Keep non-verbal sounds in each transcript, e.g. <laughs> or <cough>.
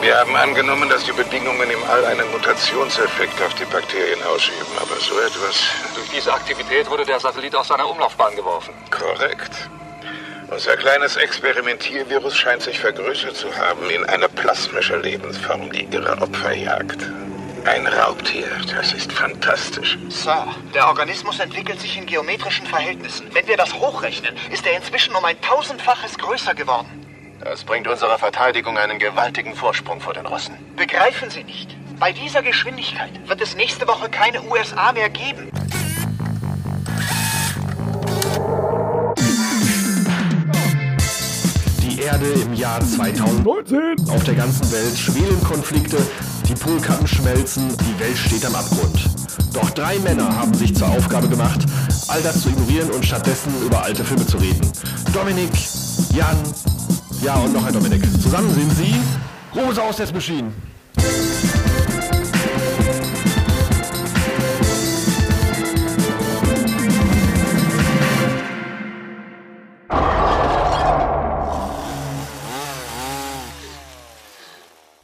Wir haben angenommen, dass die Bedingungen im All einen Mutationseffekt auf die Bakterien ausüben, aber so etwas. Durch diese Aktivität wurde der Satellit aus seiner Umlaufbahn geworfen. Korrekt. Unser kleines Experimentiervirus scheint sich vergrößert zu haben in eine plasmische Lebensform, die ihre Opfer jagt. Ein Raubtier, das ist fantastisch. Sir, der Organismus entwickelt sich in geometrischen Verhältnissen. Wenn wir das hochrechnen, ist er inzwischen um ein tausendfaches größer geworden. Das bringt unserer Verteidigung einen gewaltigen Vorsprung vor den Russen. Begreifen Sie nicht. Bei dieser Geschwindigkeit wird es nächste Woche keine USA mehr geben. Die Erde im Jahr 2019. Auf der ganzen Welt schwelen Konflikte, die Polkappen schmelzen, die Welt steht am Abgrund. Doch drei Männer haben sich zur Aufgabe gemacht, all das zu ignorieren und stattdessen über alte Filme zu reden. Dominik, Jan, ja und noch ein Dominik. Zusammen sind sie Rose aus Death Machine.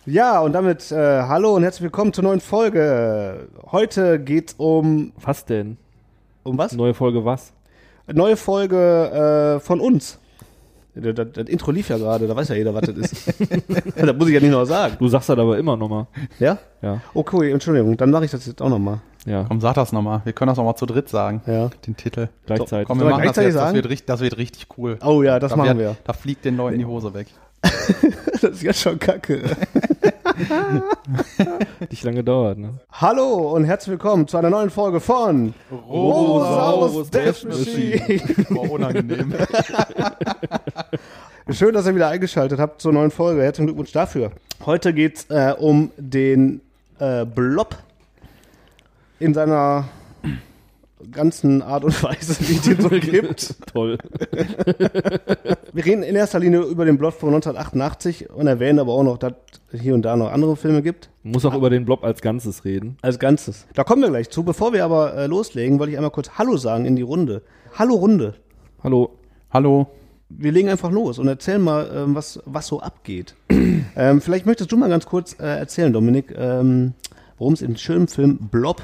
Ja, und damit äh, hallo und herzlich willkommen zur neuen Folge. Heute geht's um. Was denn? Um was? Neue Folge was? Neue Folge äh, von uns. Das, das, das Intro lief ja gerade, da weiß ja jeder, was das ist. <laughs> das muss ich ja nicht noch sagen. Du sagst das aber immer nochmal. Ja? Ja, Okay, Entschuldigung, dann mache ich das jetzt auch nochmal. ja, Komm, sag das nochmal. Wir können das nochmal zu dritt sagen. Ja. Den Titel. gleichzeitig. Komm, Sollen wir wir machen das gleichzeitig jetzt. Das sagen? wird, richtig, das wird richtig cool. Oh ja, das da machen wir. wird- Da fliegt den Leuten die Hose weg. <laughs> Das ist jetzt schon kacke. Hat nicht lange gedauert, ne? <laughs> Hallo und herzlich willkommen zu einer neuen Folge von Robosaurus Death Machine. <laughs> War unangenehm. Schön, dass ihr wieder eingeschaltet habt zur neuen Folge. Herzlichen Glückwunsch dafür. Heute geht's äh, um den äh, Blob in seiner ganzen Art und <laughs> Weise, wie es den so gibt. Toll. Wir reden in erster Linie über den Blob von 1988 und erwähnen aber auch noch, dass es hier und da noch andere Filme gibt. Muss auch über den Blob als Ganzes reden. Als Ganzes. Da kommen wir gleich zu. Bevor wir aber äh, loslegen, wollte ich einmal kurz Hallo sagen in die Runde. Hallo Runde. Hallo. Hallo. Wir legen einfach los und erzählen mal, ähm, was, was so abgeht. <clears throat> ähm, vielleicht möchtest du mal ganz kurz äh, erzählen, Dominik, ähm, worum es im schönen Film Blob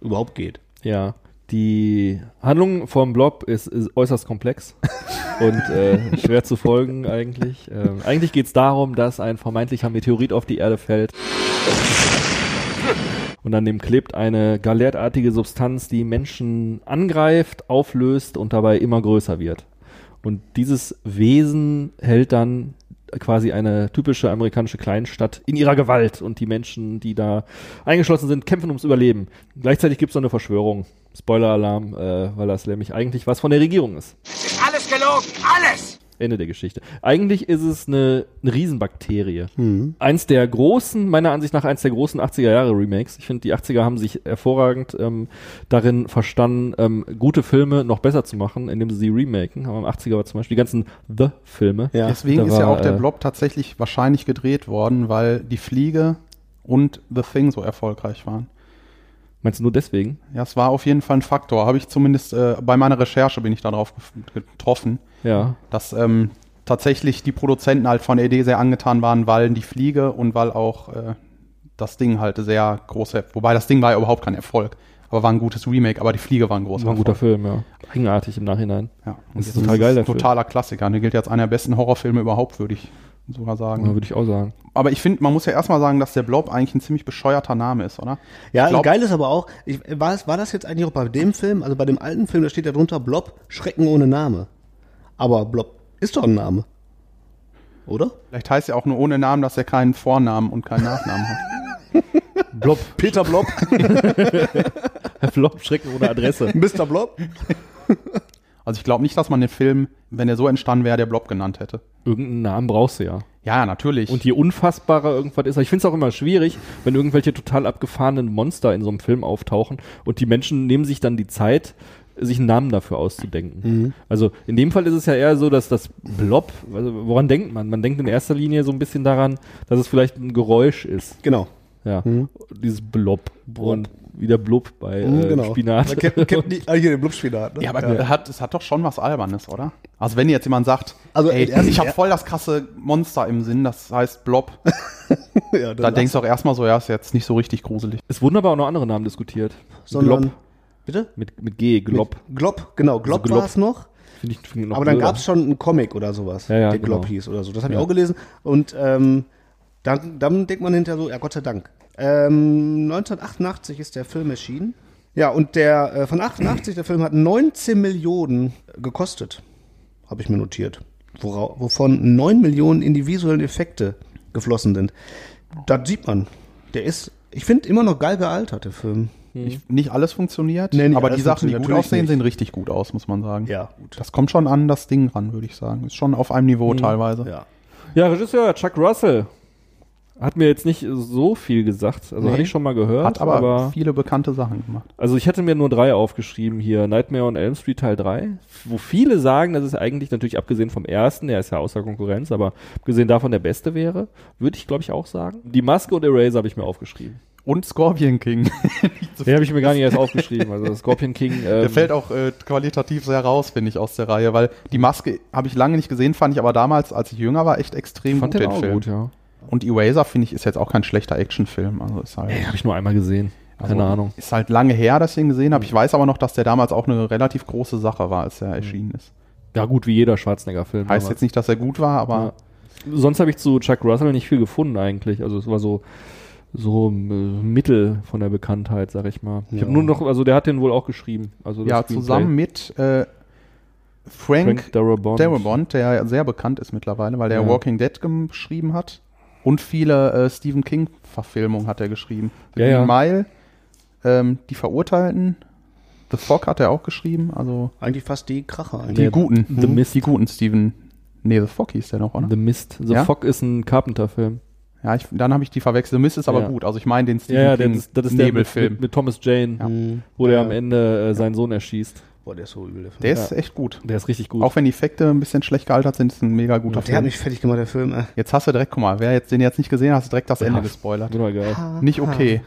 überhaupt geht. Ja. Die Handlung vom Blob ist, ist äußerst komplex <laughs> und äh, schwer zu folgen eigentlich. Ähm, eigentlich geht es darum, dass ein vermeintlicher Meteorit auf die Erde fällt. Und an dem klebt eine galertartige Substanz, die Menschen angreift, auflöst und dabei immer größer wird. Und dieses Wesen hält dann quasi eine typische amerikanische Kleinstadt in ihrer Gewalt. Und die Menschen, die da eingeschlossen sind, kämpfen ums Überleben. Gleichzeitig gibt es noch eine Verschwörung. Spoiler-Alarm, äh, weil das nämlich eigentlich was von der Regierung ist. Alles gelogen, alles! Ende der Geschichte. Eigentlich ist es eine, eine Riesenbakterie. Hm. Eins der großen, meiner Ansicht nach, eins der großen 80er-Jahre-Remakes. Ich finde, die 80er haben sich hervorragend ähm, darin verstanden, ähm, gute Filme noch besser zu machen, indem sie sie remaken. Aber im 80er war zum Beispiel die ganzen The-Filme. Ja. Deswegen Da ist ja war, auch der äh, Blob tatsächlich wahrscheinlich gedreht worden, weil die Fliege und The Thing so erfolgreich waren. Meinst du nur deswegen? Ja, es war auf jeden Fall ein Faktor. Habe ich zumindest äh, bei meiner Recherche bin ich darauf getroffen. Ja. dass ähm, tatsächlich die Produzenten halt von der Idee sehr angetan waren, weil die Fliege und weil auch äh, das Ding halt sehr groß, wobei das Ding war ja überhaupt kein Erfolg, aber war ein gutes Remake, aber die Fliege war ein großer War ein guter Erfolg. Film, ja. Eigenartig im Nachhinein. Ja, und Das ist jetzt total geil, der Film. Totaler Klassiker, der gilt ja als einer der besten Horrorfilme überhaupt, würde ich sogar sagen. Ja, würde ich auch sagen. Aber ich finde, man muss ja erstmal sagen, dass der Blob eigentlich ein ziemlich bescheuerter Name ist, oder? Ja, Ich glaub- geil ist aber auch, ich, war, es, war das jetzt eigentlich auch bei dem Film, also bei dem alten Film, da steht ja drunter Blob, Schrecken ohne Name. Aber Blob ist doch ein Name. Oder? Vielleicht heißt ja auch nur ohne Namen, dass er keinen Vornamen und keinen Nachnamen hat. <laughs> Blob. Peter Blob. Herr Flop, Schrecken <laughs> ohne Adresse. Mr. Blob. Also ich glaube nicht, dass man den Film, wenn er so entstanden wäre, der Blob genannt hätte. Irgendeinen Namen brauchst du ja. Ja, natürlich. Und je unfassbarer irgendwas ist, ich finde es auch immer schwierig, wenn irgendwelche total abgefahrenen Monster in so einem Film auftauchen und die Menschen nehmen sich dann die Zeit, sich einen Namen dafür auszudenken. Mhm. Also in dem Fall ist es ja eher so, dass das Blob, also woran denkt man? Man denkt in erster Linie so ein bisschen daran, dass es vielleicht ein Geräusch ist. Genau. Ja, dieses Blob. Und wie der Blub bei Mhm, äh, Spinat. Man kennt, kennt die, ah, hier den Blubspinat. Ne? Ja, aber Es, hat, es hat doch schon was Albernes, oder? Also wenn jetzt jemand sagt, Also, ey, erst- ich habe er- voll das krasse Monster im Sinn, das <laughs> heißt Blob, ja, da dann denkst du auch erstmal so, ja, ist jetzt nicht so richtig gruselig. <laughs> Es wurden aber auch noch andere Namen diskutiert. sondern, Glob. Bitte? Mit, mit G, Glob. Mit Glob, genau. Glob Also Glob. war es noch. Finde ich, find ich noch Aber dann blöder. gab es schon einen Comic oder sowas, Ja, ja, der Glob genau. hieß oder so. Das habe Ja. ich auch gelesen. Und ähm, dann, dann denkt man hinterher so, ja, Gott sei Dank. Ähm, 1988 ist der Film erschienen. Ja, und der äh, von 88, der Film hat 19 Millionen gekostet, habe ich mir notiert. Wora, wovon 9 Millionen in die visuellen Effekte geflossen sind. Das sieht man. Der ist, ich finde, immer noch geil gealtert, der Film. Ich, nicht alles funktioniert, Mhm. Nee, nicht aber alles die Sachen, die funktioniert gut natürlich aussehen, nicht. sehen richtig gut aus, muss man sagen. Ja, gut. Das kommt schon an das Ding ran, würde ich sagen. Ist schon auf einem Niveau teilweise. Mhm. Ja. Ja, Regisseur Chuck Russell. Hat mir jetzt nicht so viel gesagt. Also Nee. hatte ich schon mal gehört. Hat aber, viele bekannte Sachen gemacht. also ich hatte mir nur drei aufgeschrieben hier. Nightmare on Elm Street Teil 3. Wo viele sagen, dass es eigentlich natürlich abgesehen vom ersten, der ist ja außer Konkurrenz, aber abgesehen davon der beste wäre, würde ich glaube ich auch sagen. Die Maske und Eraser habe ich mir aufgeschrieben. Und Scorpion King. <laughs> Den habe ich mir gar nicht erst aufgeschrieben. Also das Scorpion King. <laughs> Ähm, Der fällt auch äh, qualitativ sehr raus, finde ich, aus der Reihe, weil die Maske habe ich lange nicht gesehen, fand ich aber damals, als ich jünger war, echt extrem fand gut, den den auch Film. gut, ja. Und Eraser, finde ich, ist jetzt auch kein schlechter Actionfilm. Also ist halt, Habe ich nur einmal gesehen. Keine also Ahnung. Ist halt lange her, dass ich ihn gesehen habe. Ich weiß aber noch, dass der damals auch eine relativ große Sache war, als Mhm. er erschienen ist. Ja gut, wie jeder Schwarzenegger-Film. Heißt damals. jetzt nicht, dass er gut war, aber Ja. Sonst habe ich zu Chuck Russell nicht viel gefunden eigentlich. Also es war so so äh, Mittel von der Bekanntheit, sag ich mal. Ich habe nur noch, also der hat den wohl auch geschrieben. Also das ja, Screenplay. zusammen mit äh, Frank, Frank Darabont. Darabont, der ja sehr bekannt ist mittlerweile, weil der Ja. Walking Dead gem- geschrieben hat. Und viele äh, Stephen King-Verfilmungen hat er geschrieben. The Ja, Green ja. Mile, ähm, Die Verurteilten, The Fog hat er auch geschrieben. Also Eigentlich fast die Kracher. Eigentlich. die Der- guten. The Mist. Die guten Stephen. Nee, The Fog hieß der noch, oder? The Mist. The ne? Ja? Fog ist ein Carpenter-Film. ja, ich, dann habe ich die verwechselt. The Mist ist aber Ja. gut. Also ich meine den Ja, Stephen ja, der, King das, das ist der mit, Nebelfilm. mit, mit Thomas Jane, wo der am Ende äh, seinen Sohn erschießt. Boah, der ist so übel, der Film. der ist echt gut. Der ist richtig gut. Auch wenn die Effekte ein bisschen schlecht gealtert sind, ist ein mega der guter hat Film. mich fertig gemacht, der Film. <laughs> Äh. Jetzt hast du direkt, guck mal, wer jetzt den jetzt nicht gesehen hat, hast du direkt das Ende gespoilert. Wunderbar geil. Nicht okay.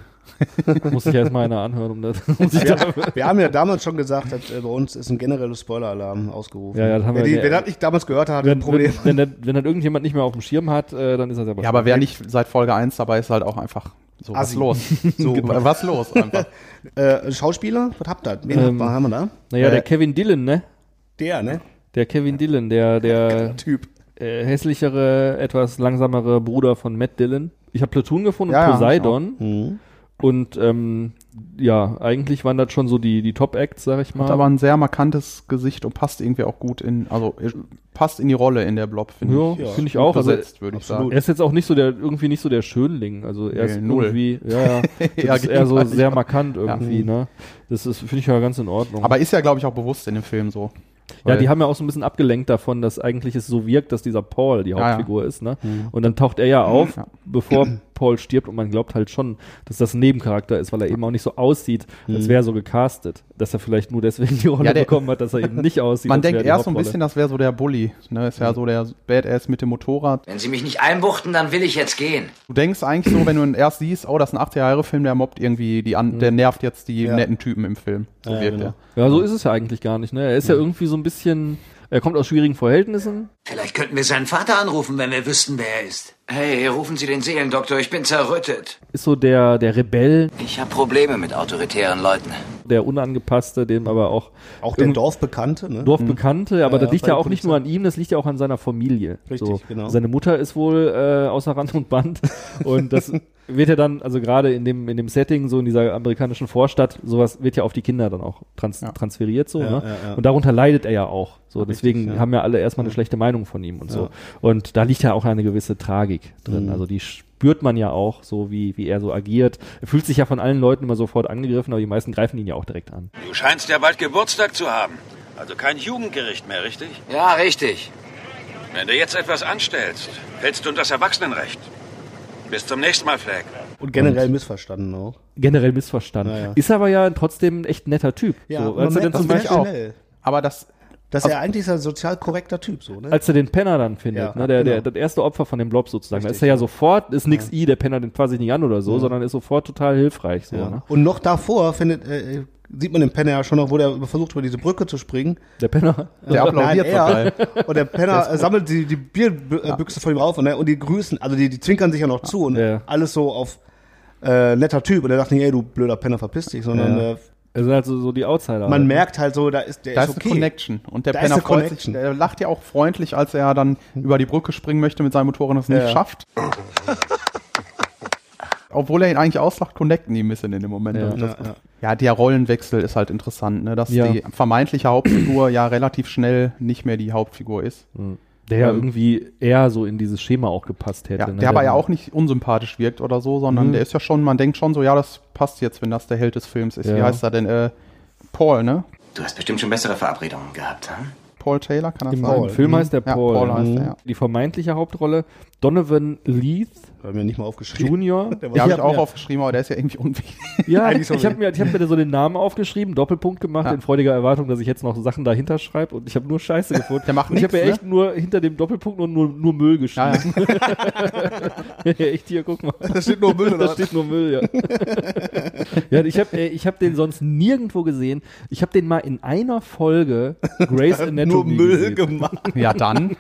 Muss ich erstmal einer anhören, um <laughs> das. Um sich da- Wir haben ja damals schon gesagt, dass, äh, bei uns ist ein genereller Spoiler-Alarm ausgerufen. Ja, ja, das haben wer, wir- die, wer das nicht damals gehört hat, hat ein wenn, Problem. wenn, wenn, das- wenn das irgendjemand nicht mehr auf dem Schirm hat, äh, dann ist er selber Ja, aber wer nicht seit Folge 1 dabei ist, halt auch einfach so was Assi. <laughs> los. <laughs> So, was <laughs> los einfach. äh, Schauspieler, was habt ihr? Wen Ähm, haben wir da? Naja, Äh, der Kevin Dillon, ne? Der, ne? Der Kevin Dillon, der, genau. der Typ. äh, hässlichere, etwas langsamere Bruder von Matt Dillon. Ich habe Platoon gefunden Ja, ja, und hab ich Poseidon. Und ähm, ja, eigentlich waren das schon so die, die Top-Acts, sag ich mal. Hat aber ein sehr markantes Gesicht und passt irgendwie auch gut in, also äh, passt in die Rolle in der Blob, finde Ja, ich. ja. Ist finde ich gut auch. Also, Besetzt, würde ich sagen. er ist jetzt auch nicht so der, irgendwie nicht so der Schönling. Also er Nee, ist null. irgendwie, <laughs> ja, ja. Das Ja, ist eher so gegenteilig. sehr markant irgendwie, ne? Das ist, finde ich ja ganz in Ordnung. Aber ist ja, glaube ich, auch bewusst in dem Film so. Ja, Weil- die haben ja auch so ein bisschen abgelenkt davon, dass eigentlich es so wirkt, dass dieser Paul die Ja, ja. Mhm. Hauptfigur ist, ne? Und dann taucht er ja auf, Ja. bevor <clears throat> Paul stirbt und man glaubt halt schon, dass das ein Nebencharakter ist, weil er eben auch nicht so aussieht, als wäre er so gecastet. Dass er vielleicht nur deswegen die Rolle Mhm. Ja, der- bekommen hat, dass er eben <laughs> nicht aussieht. Man als denkt wäre die erst so ein Hauptrolle. bisschen, das wäre so der Bully. Ne? Mhm. Ist ja so der Badass mit dem Motorrad. Wenn Sie mich nicht einbuchten, dann will ich jetzt gehen. Du denkst eigentlich so, wenn du ihn erst siehst, oh, das ist ein 80er-Jahre-Film, der mobbt irgendwie, die Mhm. an, der nervt jetzt die netten Typen im Film. So wirkt genau. er. Ja, so ist es ja eigentlich gar nicht, ne? Er Mhm. ist ja irgendwie so ein bisschen, er kommt aus schwierigen Verhältnissen. Vielleicht könnten wir seinen Vater anrufen, wenn wir wüssten, wer er ist. Hey, rufen Sie den Seelendoktor, ich bin zerrüttet. Ist so der, der Rebell, Ich habe Probleme mit autoritären Leuten. der Unangepasste, dem aber auch Auch der Dorfbekannte, ne? Dorfbekannte, aber das ja, liegt bei ja der auch nicht Polizei. nur an ihm, das liegt ja auch an seiner Familie. Richtig, genau. Seine Mutter ist wohl äh, außer Rand und <laughs> Band und das wird ja dann, also gerade in dem, in dem Setting, so in dieser amerikanischen Vorstadt, sowas wird ja auf die Kinder dann auch trans transferiert so, ne? Und darunter leidet er ja auch. So, deswegen haben ja alle erstmal eine schlechte Meinung von ihm und so. Und da liegt ja auch eine gewisse Tragik drin. Mhm. Also die spürt man ja auch, so wie, wie er so agiert. Er fühlt sich ja von allen Leuten immer sofort angegriffen, aber die meisten greifen ihn ja auch direkt an. Du scheinst ja bald Geburtstag zu haben. Also kein Jugendgericht mehr, richtig? Ja, richtig. Wenn du jetzt etwas anstellst, fällst du unter das Erwachsenenrecht. Bis zum nächsten Mal, Flag. Und generell missverstanden auch. generell missverstanden. Ja, ja. Ist aber ja trotzdem ein echt netter Typ. so, als er dann das zum Also finde ich Beispiel, auch. Aber das Dass er eigentlich ist ein sozial korrekter Typ, so, ne? Als er den Penner dann findet, Ja, ne, der, der, genau. das erste Opfer von dem Blob sozusagen, da ist er ja sofort, ist nix i, der Penner den fasse ich nicht an oder so, sondern ist sofort total hilfreich. So, ne? Und noch davor findet, äh, sieht man den Penner ja schon noch, wo der versucht, über diese Brücke zu springen. Der Penner. Der applaudiert <laughs> Nein, total. er, <laughs> Und der Penner äh, sammelt die, die Bierbüchse von ihm auf und, ne, und die grüßen, also die, die zwinkern sich ja noch zu und Ja. alles so auf äh, netter Typ. Und er sagt nicht, ey, du blöder Penner, verpiss dich, sondern Ja. äh, Das sind halt so, so die Outsider. man halt. merkt halt so, da ist der Da ist ist okay. eine Connection. Und der Da ist Penner eine freut sich, Connection. Mhm. der lacht ja auch freundlich, als er dann über die Brücke springen möchte mit seinem Motorrad und es Ja. nicht <laughs> schafft. Obwohl er ihn eigentlich auslacht, connecten die ein bisschen in dem Moment. Ja. Und das- Ja, ja. ja, der Rollenwechsel ist halt interessant, ne? dass Ja. die vermeintliche Hauptfigur ja relativ schnell nicht mehr die Hauptfigur ist. Der ja irgendwie eher so in dieses Schema auch gepasst hätte. Ja, ne? der aber ja auch nicht unsympathisch wirkt oder so, Mhm. sondern der ist ja schon, man denkt schon so, ja, das passt jetzt, wenn das der Held des Films ist. Wie Ja. heißt er denn? Äh, Paul, ne? Du hast bestimmt schon bessere Verabredungen gehabt, hm? Paul Taylor, kann das Im sein? Film heißt der Ja, Paul. Paul heißt er, Mhm. ja. Die vermeintliche Hauptrolle Donovan Leith Hab mir nicht mal aufgeschrieben. Jr. Ja, habe ich hab auch mir- aufgeschrieben, aber der ist ja irgendwie unwichtig. <laughs> ja, Eigentlich so ich habe wie- <laughs> mir, ich hab mir da so den Namen aufgeschrieben, Doppelpunkt gemacht, Ja. in freudiger Erwartung, dass ich jetzt noch Sachen dahinter schreibe und ich habe nur Scheiße gefunden. <laughs> Der macht ne? und ich habe ja nix, echt nur hinter dem Doppelpunkt nur, nur, nur Müll geschrieben. Ja, <laughs> echt hier, guck mal. <laughs> <laughs> Da steht nur <laughs> Müll Da oder was? steht nur Müll, ja. ja ich habe ich hab den sonst nirgendwo gesehen. Ich habe den mal in einer Folge <laughs> Grace Anatomy Nur Müll gesehen. gemacht. Ja, dann.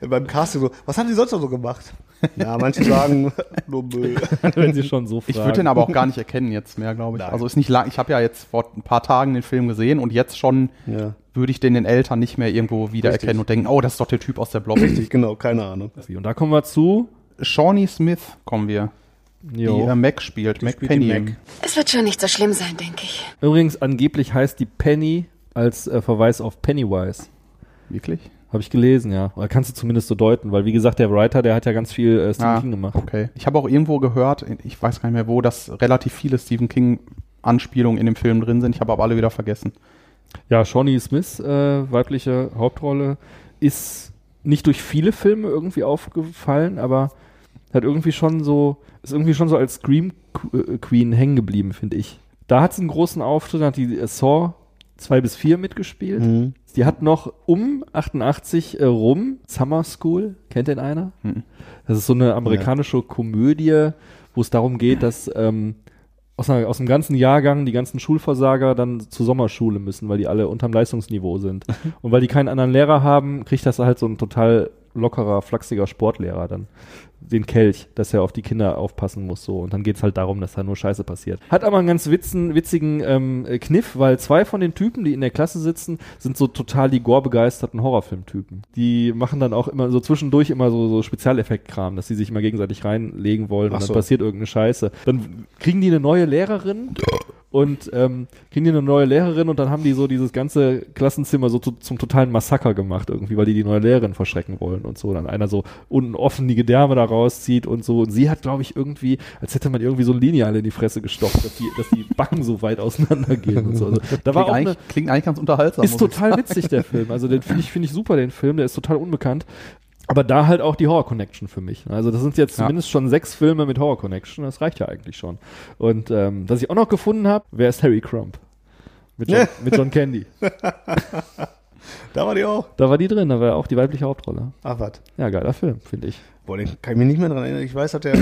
Beim Casting so, was haben die sonst noch so gemacht? Ja, manche sagen <laughs> nur Müll. wenn sie schon so fragen. Ich würde den aber auch gar nicht erkennen jetzt mehr, glaube ich. Also ist nicht lang. Ich habe ja jetzt vor ein paar Tagen den Film gesehen und jetzt schon Ja. würde ich den den Eltern nicht mehr irgendwo wiedererkennen und denken, oh, das ist doch der Typ aus der Blob. Richtig, genau, keine Ahnung. Und da kommen wir zu. Shawnee Smith kommen wir, die Jo. äh, Mac spielt, Mac spielt die Penny. Mac. Es wird schon nicht so schlimm sein, denke ich. Übrigens, angeblich heißt die Penny als äh, Verweis auf Pennywise. Wirklich? Habe ich gelesen, ja. Oder kannst du zumindest so deuten, weil wie gesagt, der Writer, der hat ja ganz viel äh, Stephen Ah, King gemacht. okay. Ich habe auch irgendwo gehört, ich weiß gar nicht mehr wo, dass relativ viele Stephen King Anspielungen in dem Film drin sind. Ich habe aber alle wieder vergessen. Ja, Shawnee Smith, äh, weibliche Hauptrolle, ist nicht durch viele Filme irgendwie aufgefallen, aber hat irgendwie schon so, ist irgendwie schon so als Scream Qu- äh, Queen hängen geblieben, finde ich. Da hat sie einen großen Auftritt, hat die äh, Saw 2 bis 4 mitgespielt. Die hat noch um 88 äh, rum Summer School, kennt den einer? Das ist so eine amerikanische Komödie, wo es darum geht, dass ähm, aus, einer, aus dem ganzen Jahrgang die ganzen Schulversager dann zur Sommerschule müssen, weil die alle unterm Leistungsniveau sind. Und weil die keinen anderen Lehrer haben, kriegt das halt so ein total lockerer, flachsiger Sportlehrer dann den Kelch, dass er auf die Kinder aufpassen muss so und dann geht's halt darum, dass da nur Scheiße passiert. Hat aber einen ganz witzen, witzigen ähm, äh, Kniff, weil zwei von den Typen, die in der Klasse sitzen, sind so total die gore-begeisterten Horrorfilmtypen. Die machen dann auch immer so zwischendurch immer so, so Spezialeffektkram, dass sie sich immer gegenseitig reinlegen wollen und dann passiert irgendeine Scheiße. Dann kriegen die eine neue Lehrerin und ähm, kriegen die eine neue Lehrerin und dann haben die so dieses ganze Klassenzimmer so zu, zum totalen Massaker gemacht irgendwie, weil die die neue Lehrerin verschrecken wollen und so. Dann einer so unten offen die Gedärme da rauszieht und so. Und sie hat, glaube ich, irgendwie, als hätte man irgendwie so ein Lineal in die Fresse gestopft, dass die, dass die Backen so weit auseinandergehen und so. Also, da war auch Klingt eine, eigentlich, klingt eigentlich ganz unterhaltsam. ist muss ich total witzig, <laughs> der Film. Also den finde ich, finde ich super, den Film. Der ist total unbekannt. Aber da halt auch die Horror Connection für mich. Also das sind jetzt Ja. zumindest schon sechs Filme mit Horror Connection. Das reicht ja eigentlich schon. Und ähm, was ich auch noch gefunden habe, wer ist Harry Crump? Mit <laughs> John, mit John Candy. Da war die auch. Da war die drin, da war auch die weibliche Hauptrolle. Ach, was. Ja, geiler Film, finde ich. Boah, den kann ich mich nicht mehr dran erinnern. Ich weiß, dass der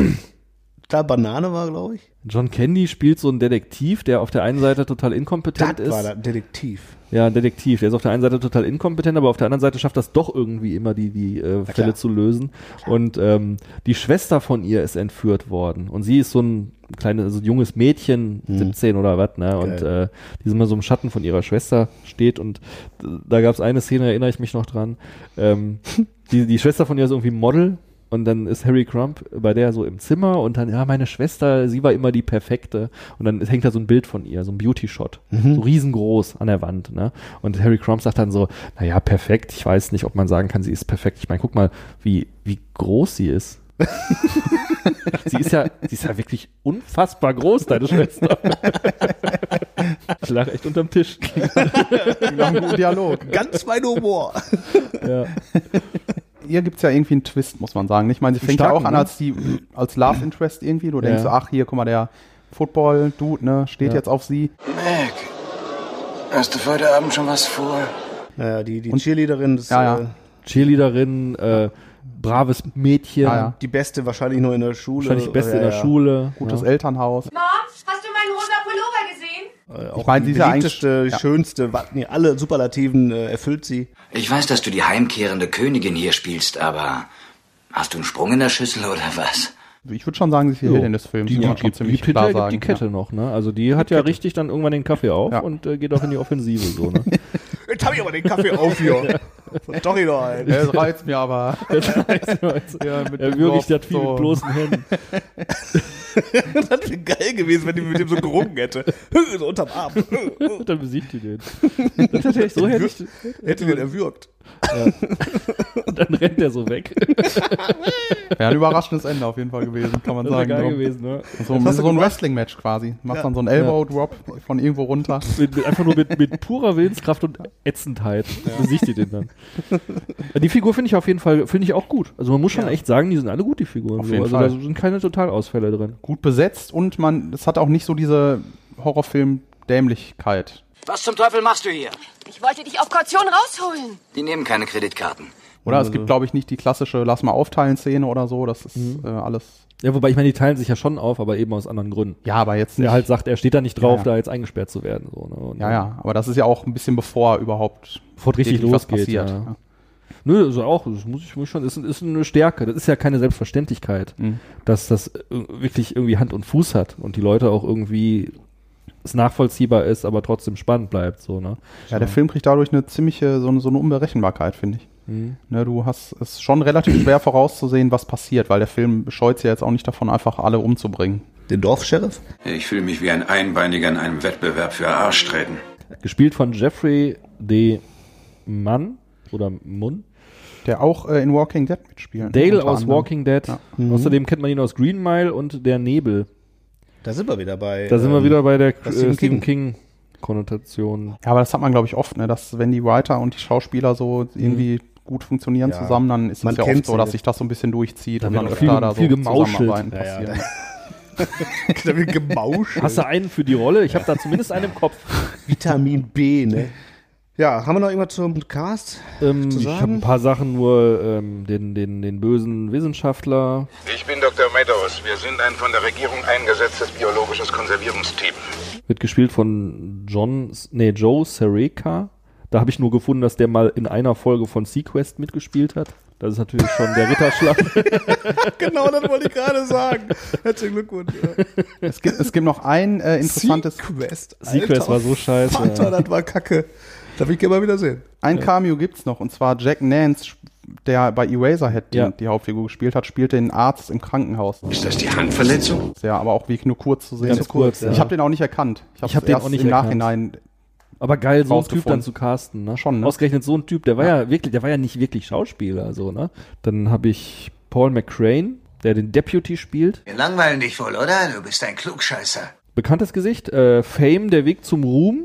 da Banane war, glaube ich. John Candy spielt so einen Detektiv, der auf der einen Seite total inkompetent ist. war der Detektiv. Ja, ein Detektiv. Der ist auf der einen Seite total inkompetent, aber auf der anderen Seite schafft das doch irgendwie immer, die, die äh, Fälle zu lösen. Und ähm, die Schwester von ihr ist entführt worden. Und sie ist so ein kleines, so ein junges Mädchen, 17 oder was, ne? Und äh, die ist immer so im Schatten von ihrer Schwester steht. Und d- da gab's eine Szene, erinnere ich mich noch dran. Ähm, die, die Schwester von ihr ist irgendwie Model. Und dann ist Harry Crump bei der so im Zimmer und dann, ja, meine Schwester, sie war immer die Perfekte. Und dann hängt da so ein Bild von ihr, so ein Beauty-Shot, so riesengroß an der Wand. Ne? Und Harry Crump sagt dann so, naja, perfekt, ich weiß nicht, ob man sagen kann, sie ist perfekt. Ich meine, guck mal, wie, wie groß sie ist. sie, ist ja, sie ist ja wirklich unfassbar groß, deine Schwester. ich lag echt unterm Tisch. sagen. Wir haben einen guten Dialog. Ganz mein <laughs> Humor. Ja. ihr gibt's ja irgendwie einen Twist, muss man sagen. Ich meine, sie fängt ja starken, auch an ne? als die als Love Interest irgendwie. Du denkst Ja. so, ach hier, guck mal, der Football Dude, ne, steht Ja. jetzt auf sie. Mac, hast du für heute Abend schon was vor? Äh, die die Cheerleaderin, das, ja, ja. äh, Cheerleaderin, äh, braves Mädchen, die beste wahrscheinlich nur in der Schule. wahrscheinlich die beste Ah, Oh, Ja, in der ja. Schule. Gutes Elternhaus. Mom, hast du meinen rosa Pullover gesehen? Äh, auch meine, die sie ist ja eigentlich- beliebteste, die ja. schönste, wa- nee, alle Superlativen äh, erfüllt sie. Ich weiß, dass du die heimkehrende Königin hier spielst, aber hast du einen Sprung in der Schüssel oder was? Ich würde schon sagen, sie ist die Jo. Heldin des Films. Die, kann die, man schon gibt, gibt hinterher gibt die Kette noch, ne? Also die hat ja richtig dann irgendwann den <laughs> Kaffee auf und äh, geht auch in die Offensive so, ne? Jetzt hab ich aber den Kaffee auf <laughs> hier. Doch hier noch Ja. einen. Es reizt mir <laughs> aber. Das weiß man <laughs> jetzt. <laughs> Ja, mit er würdigt so- das viel mit bloßen <laughs> Händen. das wäre geil gewesen, wenn die mit dem so gerungen hätte. so unterm Arm. dann besiegt die <laughs> den. Das hätte ich, so hätte ich, hätte den erwürgt. und dann rennt er so <laughs> weg. Wäre ein überraschendes Ende auf jeden Fall gewesen, kann man Das wär sagen. geil So- gewesen, ne? So, Das hast du so ein gemacht. Wrestling-Match quasi. Macht Ja. dann so einen Elbow-Drop von irgendwo runter. Mit, mit, einfach nur mit, mit purer Willenskraft und Ätzendheit besiegt die den dann. Die Figur finde ich auf jeden Fall, finde ich auch gut. Also man muss schon echt sagen, die sind alle gut, die Figuren. Auf so. jeden also Fall. da sind keine Totalausfälle drin. Gut besetzt und man, es hat auch nicht so diese Horrorfilm-Dämlichkeit. Was zum Teufel machst du hier? Ich wollte dich auf Kaution rausholen. Die nehmen keine Kreditkarten. Oder es Mhm. gibt, glaube ich, nicht die klassische Lass mal aufteilen Szene oder so. Das ist äh, alles. Ja, wobei ich meine, die teilen sich ja schon auf, aber eben aus anderen Gründen. Ja, aber jetzt nicht. Der halt sagt, er steht da nicht drauf, Ja, ja. da jetzt eingesperrt zu werden. So, ne? Und, ja, ja, aber das ist ja auch ein bisschen bevor überhaupt Bevor es richtig wirklich was losgeht, passiert. ja. Nö, also auch, das muss ich, muss ich schon, ist, ist eine Stärke. Das ist ja keine Selbstverständlichkeit, Mhm. dass das äh, wirklich irgendwie Hand und Fuß hat und die Leute auch irgendwie es nachvollziehbar ist, aber trotzdem spannend bleibt, so, ne? Ja, der Film kriegt dadurch eine ziemliche, so eine, so eine Unberechenbarkeit, finde ich. Mhm. Ne, du hast es schon relativ schwer vorauszusehen, was passiert, weil der Film scheut sich ja jetzt auch nicht davon, einfach alle umzubringen. Den Dorfsheriff? Ich fühle mich wie ein Einbeiniger in einem Wettbewerb für Arschtreten. Gespielt von Jeffrey D. Mann oder Munn. Der auch äh, in Walking Dead mitspielt. Dale unter aus anderem. Walking Dead. Ja. Außerdem kennt man ihn aus Green Mile und Der Nebel. Da sind wir wieder bei. Da sind wir ähm, wieder bei der bei äh, Stephen Stephen King. King-Konnotation. Ja, aber das hat man, glaube ich, oft, ne, dass wenn die Writer und die Schauspieler so irgendwie Mhm. gut funktionieren Ja. zusammen, dann ist Man es ja kennt oft so, sie. dass sich das so ein bisschen durchzieht. Da und wird dann viel- öfter da viel gemauschelt. Zusammenarbeiten Ja, ja, passieren. da wird gemauscht. Hast du einen für die Rolle? Ich habe da zumindest einen im Kopf. Vitamin B, ne? Ja, haben wir noch irgendwas zum Cast? Ähm, zu ich sagen? habe ein paar Sachen, nur ähm, den, den, den bösen Wissenschaftler. Ich bin Dr. Meadows. Wir sind ein von der Regierung eingesetztes biologisches Konservierungsteam. Wird gespielt von John, S- nee, Joe Sereka. Da habe ich nur gefunden, dass der mal in einer Folge von Sequest mitgespielt hat. Das ist natürlich schon der Ritterschlag. genau, das wollte ich gerade sagen. Herzlichen Glückwunsch. Ja. Es, gibt, es gibt noch ein äh, interessantes, Sequest. Sequest war so scheiße, Vater, ja. das war kacke. Darf ich gerne mal wieder sehen. ein Cameo gibt's noch, und zwar Jack Nance, der bei Eraserhead die, Ja. die Hauptfigur gespielt hat, spielte den Arzt im Krankenhaus. Ist das die Handverletzung? Ja, aber auch wirklich nur kurz zu sehen. Ganz ist. kurz, ja. Ich habe den auch nicht erkannt. Ich Ich hab habe den den erst auch nicht im erkannt. Nachhinein. Aber geil, so einen Typ Rausgefunden. dann zu casten. Ne? Schon, ne? Ausgerechnet so ein Typ, der war ja. wirklich, der war ja nicht wirklich Schauspieler. So, ne? Dann habe ich Paul McCrane, der den Deputy spielt. Wir langweilen dich wohl, oder? Du bist ein Klugscheißer. Bekanntes Gesicht, äh, Fame, der Weg zum Ruhm,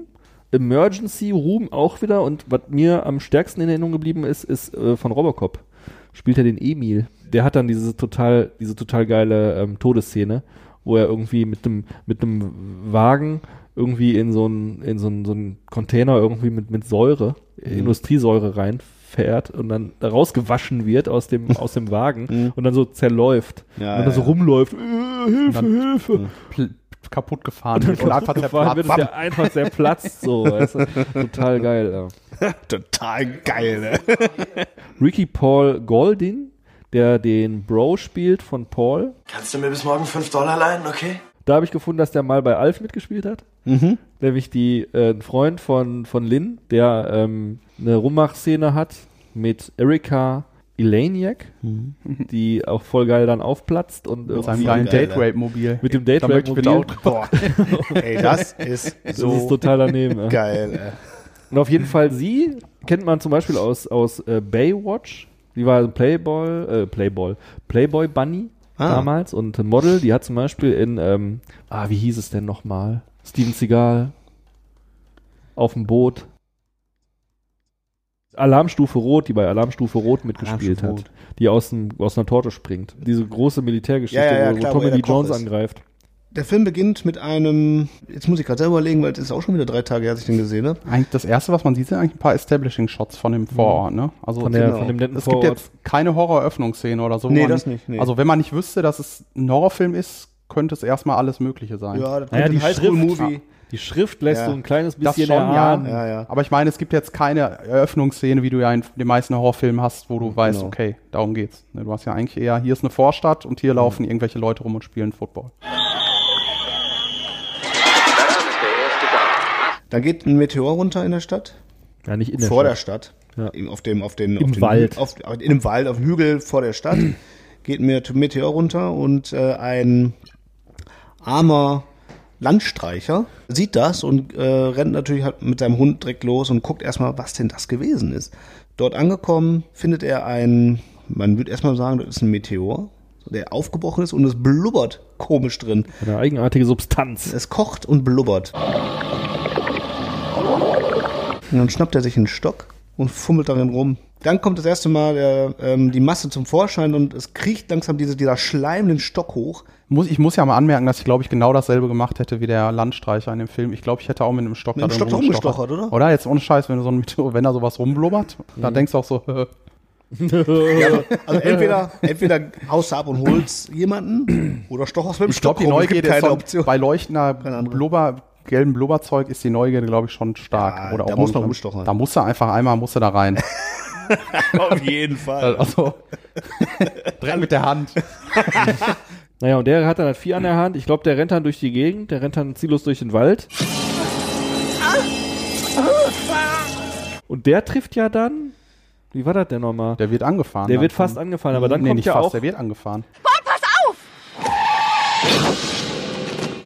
Emergency, Ruhm auch wieder. Und was mir am stärksten in Erinnerung geblieben ist, ist äh, von Robocop. Spielt er den Emil. Der hat dann diese total, diese total geile ähm, Todesszene, wo er irgendwie mit einem mit einem Wagen irgendwie in so einen in so einen, so einen Container irgendwie mit mit Säure, Mhm. Industriesäure reinfährt und dann da rausgewaschen wird aus dem aus <laughs> dem Wagen und dann so zerläuft Mhm. Ja, und ja, dann so ja. Mhm. rumläuft äh, Hilfe Hilfe Pl kaputt gefahren und wird und einfach gefahren zerplatzt. wird, ist der einfach zerplatzt. So, weißt du? Total geil. Ja. Total geil, ne? Ricky Paul Goldin, der den Bro spielt von Paul. Kannst du mir bis morgen 5 Dollar leihen, okay? Da habe ich gefunden, dass der mal bei Alf mitgespielt hat. Mhm. Nämlich die, äh, ein Freund von, von Lynn, der ähm, eine Rummach-Szene hat mit Erika Elaniak, die auch voll geil dann aufplatzt und Mhm. Mit seinem irgendwie- geilen geil, Date-Rape-Mobil. mit dem Date Da möchte ich bitte auch. Boah, Ey, <laughs> das ne? ist Das so ist total daneben. ja. geil, ey. Und auf jeden Fall sie kennt man zum Beispiel aus, aus äh, Baywatch. Die war ein Playboy, äh, Playboy, Playboy Bunny Ah. damals und ein Model. Die hat zum Beispiel in, ähm, ah, wie hieß es denn nochmal? Steven Seagal auf dem Boot. Alarmstufe Rot, die bei Alarmstufe Rot mitgespielt Alarmstufe hat, die aus, dem, aus einer Torte springt. Diese große Militärgeschichte, Ja, ja, ja, wo, klar, wo wo Tommy er der Lee Koch Jones ist. angreift. Der Film beginnt mit einem. Jetzt muss ich gerade selber überlegen, weil es ist auch schon wieder drei Tage her, als ich den gesehen habe. Eigentlich das erste, was man sieht, sind eigentlich ein paar Establishing-Shots von dem Vorort, ne? Also Mhm. Von der- genau. von dem netten es gibt Vorort. jetzt keine Horroröffnungsszene oder so. wo Nee, man, das nicht, nee. Also wenn man nicht wüsste, dass es ein Horrorfilm ist, könnte es erstmal alles Mögliche sein. Ja, das könnte ein Highschool-Movie. Ja. Die Schrift lässt Ja. so ein kleines Das bisschen schon, ja. erahnen. Aber ich meine, es gibt jetzt keine Eröffnungsszene, wie du ja in den meisten Horrorfilmen hast, wo du weißt, Genau. okay, darum geht's. Ne, Du hast ja eigentlich eher, hier ist eine Vorstadt und Genau. hier laufen irgendwelche Leute rum und spielen Football. Da geht ein Meteor runter in der Stadt. Ja, nicht in der vor Stadt. der Ja. Stadt. Im- Auf dem, auf den, Im auf den Wald. Auf, auf- in dem Wald, auf dem Hügel vor der <clears throat> Stadt geht mir ein Meteor runter und äh, ein armer Landstreicher sieht das und äh, rennt natürlich halt mit seinem Hund direkt los und guckt erstmal, was denn das gewesen ist. Dort angekommen findet er ein, man würde erstmal sagen, das ist ein Meteor, der aufgebrochen ist und es blubbert komisch drin. Eine eigenartige Substanz. Es kocht und blubbert. Und dann schnappt er sich einen Stock und fummelt darin rum. Dann kommt das erste Mal der, ähm, die Masse zum Vorschein und es kriecht langsam diese, dieser Schleim den Stock hoch. Muss, ich muss ja mal anmerken, dass ich glaube ich genau dasselbe gemacht hätte wie der Landstreicher in dem Film. Ich glaube, ich hätte auch mit einem Stock Mit einem darin Stock rumgestochert, oder? Mhm. Oder jetzt ohne Scheiß, wenn du so ein Meteor, wenn da sowas rumblubbert, dann denkst du auch so, <laughs> <laughs> Ja, also entweder, entweder haust du ab und holst jemanden oder stocherst mit dem ich glaube, die rum. Es gibt Neugierde ist keine so, Option. <laughs> bei leuchtender Blubber, gelben Blubberzeug ist die Neugierde, glaube ich, schon stark. oder da auch muss man orange. rumstochern. Da musst du einfach einmal musst du <laughs> da rein. Auf jeden Fall. <laughs> Also, Brenn mit der Hand. naja, und der hat dann das Vieh an der Hand. Ich glaube, der rennt dann durch die Gegend, der rennt dann ziellos durch den Wald. Und der trifft ja dann. Wie war das denn nochmal? Der wird angefahren. Der dann wird vom- fast angefahren, aber dann nee, kommt nicht ja fast, auch. Der wird angefahren.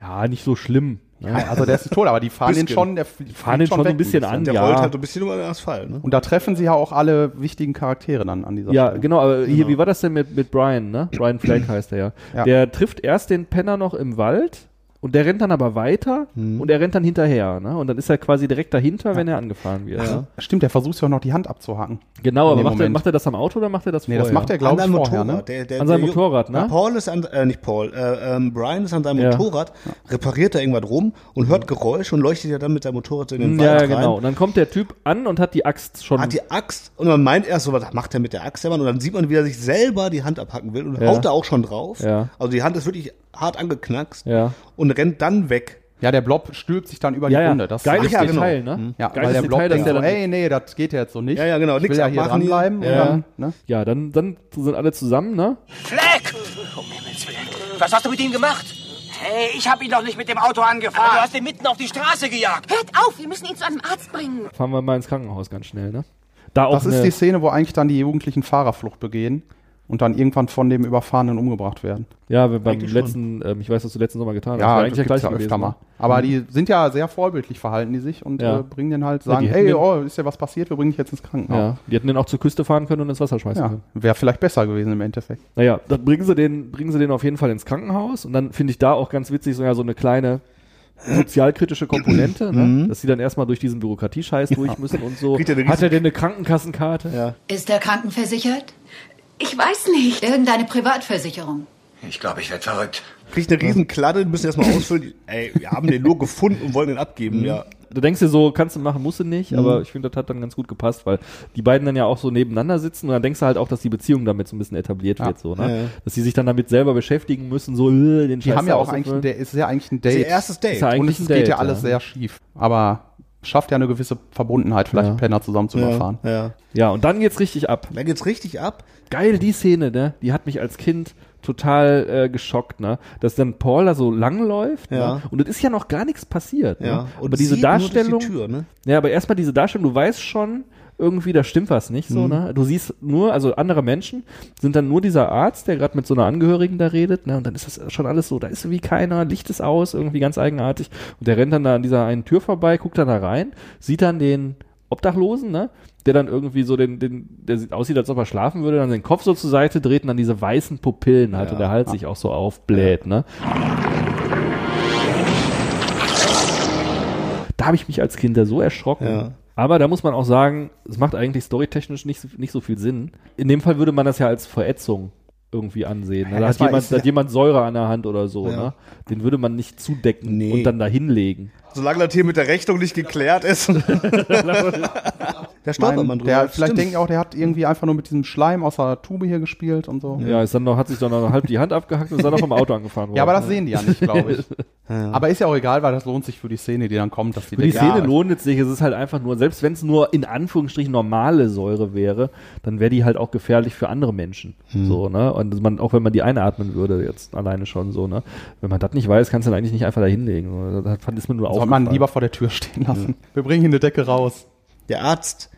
Ja, ah, nicht so schlimm. ne? Ja, also der ist nicht tot, aber die fahren den Bisschen. schon, der Die fahren den schon so ein bisschen an, Der ja. rollt halt so ein bisschen über den Asphalt. Ne? Und da treffen sie ja auch alle wichtigen Charaktere dann an dieser Ja, Stelle. genau, aber hier, wie war das denn mit, mit Brian, ne? Brian <clears throat> Flagg heißt er ja. Ja. Der trifft erst den Penner noch im Wald und der rennt dann aber weiter Mhm. und er rennt dann hinterher, ne? Und dann ist er quasi direkt dahinter, wenn er angefahren wird. ne? Stimmt, der versucht ja auch noch die Hand abzuhacken. Genau, In aber dem macht er, Moment. macht er das am Auto oder macht er das Nee, vorher? das macht er, glaub ich, seinem vorher, Motorrad. ne? Der, der, An seinem der Ju- Motorrad, ne? Paul ist an, äh, nicht Paul, äh, ähm, Brian ist an seinem Ja. Motorrad, repariert da irgendwas rum und hört Geräusche und leuchtet ja dann mit seinem Motorrad so in den Ja, Wald ja, genau. rein. Und dann kommt der Typ an und hat die Axt schon. Hat die Axt und man meint erst so, was macht er mit der Axt, der Mann? Und dann sieht man, wie er sich selber die Hand abhacken will und Ja. haut da auch schon drauf. Ja. Also die Hand ist wirklich hart angeknackst Ja. und rennt dann weg. Ja, der Blob stülpt sich dann über Ja, die ja. Runde. Das Geiles ist richtig. Detail, ne? Mhm. Ja, Geiles weil der Blob Detail, dass denkt der so, dann- ey, nee, das geht ja jetzt so nicht. Ja, ja, genau. Ich will Nix ja hier abmachen hier. dranbleiben. Ja. Und dann, ne? ja, dann, dann sind alle zusammen, ne? Fleck! Um Himmels Willen. Was hast du mit ihm gemacht? Hey, ich hab ihn doch nicht mit dem Auto angefahren. du hast ihn mitten auf die Straße gejagt. Hört auf, wir müssen ihn zu einem Arzt bringen. Fahren wir mal ins Krankenhaus ganz schnell, ne? Da auch Das ist eine- die Szene, wo eigentlich dann die Jugendlichen Fahrerflucht begehen und dann irgendwann von dem Überfahrenen umgebracht werden. Ja, wir beim Eigentlich letzten, ähm, ich weiß, was du letzten Sommer getan hast. Ja, War das eigentlich der gibt's gleiche ja gewesen, öfter mal. ne? Aber die sind ja sehr vorbildlich, verhalten die sich und Ja. äh, bringen den halt, Ja, sagen, die hätten hey, den- oh, ist ja was passiert, wir bringen dich jetzt ins Krankenhaus. Ja, die hätten den auch zur Küste fahren können und ins Wasser schmeißen Ja, können. wäre vielleicht besser gewesen im Endeffekt. Naja, dann bringen sie den, bringen sie den auf jeden Fall ins Krankenhaus und dann finde ich da auch ganz witzig, so ja so eine kleine sozialkritische Komponente, Mhm. ne? dass sie dann erstmal durch diesen Bürokratiescheiß durch müssen und so. Kriegt er eine Hat er denn eine Krankenkassenkarte? Ja. Ist er krankenversichert? Ich weiß nicht. Irgendeine Privatversicherung. Ich glaube, ich werde verrückt. Kriegt eine riesen Kladde, müssen erstmal <laughs> ausfüllen. Ey, wir haben den nur gefunden und wollen den Mhm. abgeben, ja. Du denkst dir so, kannst du machen, musst du nicht, Mhm. aber ich finde, das hat dann ganz gut gepasst, weil die beiden dann ja auch so nebeneinander sitzen und dann denkst du halt auch, dass die Beziehung damit so ein bisschen etabliert wird, so, ne? Ja, ja. Dass sie sich dann damit selber beschäftigen müssen, so, äh, den Die Scheiß haben ja da auch eigentlich, ein, auszufüllen. Da- ist ja eigentlich ein Das Date. ist ihr erstes Date. Ist ja und eigentlich es ein geht ja Date, alles ja. sehr schief. Aber schafft ja eine gewisse Verbundenheit, vielleicht Ja. einen Penner zusammen zu Ja, überfahren. ja. Ja, und dann geht's richtig ab. Da geht's richtig ab. Geil, die Szene, ne? Die hat mich als Kind total äh, geschockt, ne? Dass dann Paul da so langläuft, Ja. ne? Und es ist ja noch gar nichts passiert, Ja. ne? Und aber diese sieht nur durch die Darstellung, Tür, ne? ja, aber erstmal diese Darstellung, du weißt schon, irgendwie, da stimmt was nicht so, Mhm. ne? Du siehst nur, also andere Menschen sind dann nur dieser Arzt, der gerade mit so einer Angehörigen da redet, ne? Und dann ist das schon alles so, da ist irgendwie keiner, Licht ist aus, irgendwie ganz eigenartig. Und der rennt dann da an dieser einen Tür vorbei, guckt dann da rein, sieht dann den Obdachlosen, ne? Der dann irgendwie so den, den, der sieht- aussieht, als ob er schlafen würde, dann den Kopf so zur Seite dreht und dann diese weißen Pupillen hat und der Hals sich auch so aufbläht, ne? Da habe ich mich als Kind da so erschrocken. Ja. Aber da muss man auch sagen, es macht eigentlich storytechnisch nicht, so- nicht so viel Sinn. In dem Fall würde man das ja als Verätzung irgendwie ansehen. ne? Ja, da das hat war- jemand, ist- da hat jemand Säure an der Hand oder so. Ja. Ne? Den würde man nicht zudecken und dann da hinlegen. Solange das hier mit der Rechnung nicht geklärt <laughs> ist. da stolpert man drüber, Der, das vielleicht stimmt. denke ich auch, der hat irgendwie einfach nur mit diesem Schleim aus der Tube hier gespielt und so. Ja, ist dann noch, hat sich dann noch halb die Hand abgehackt und ist dann noch vom Auto angefahren worden. Ja, aber das sehen die ja nicht, glaube ich. <laughs> Ja. Aber ist ja auch egal, weil das lohnt sich für die Szene, die dann kommt, dass die Für die denken, ja, Szene lohnt es sich. Es ist halt einfach nur, selbst wenn es nur in Anführungsstrichen normale Säure wäre, dann wäre die halt auch gefährlich für andere Menschen. Hm. So, ne? Und man, auch wenn man die einatmen würde, jetzt alleine schon so, ne? Wenn man das nicht weiß, kannst du dann eigentlich nicht einfach da hinlegen. So, Das fand ist mir nur Soll aufgefallen. man lieber vor der Tür stehen lassen. Wir bringen hier eine Decke raus. Der Arzt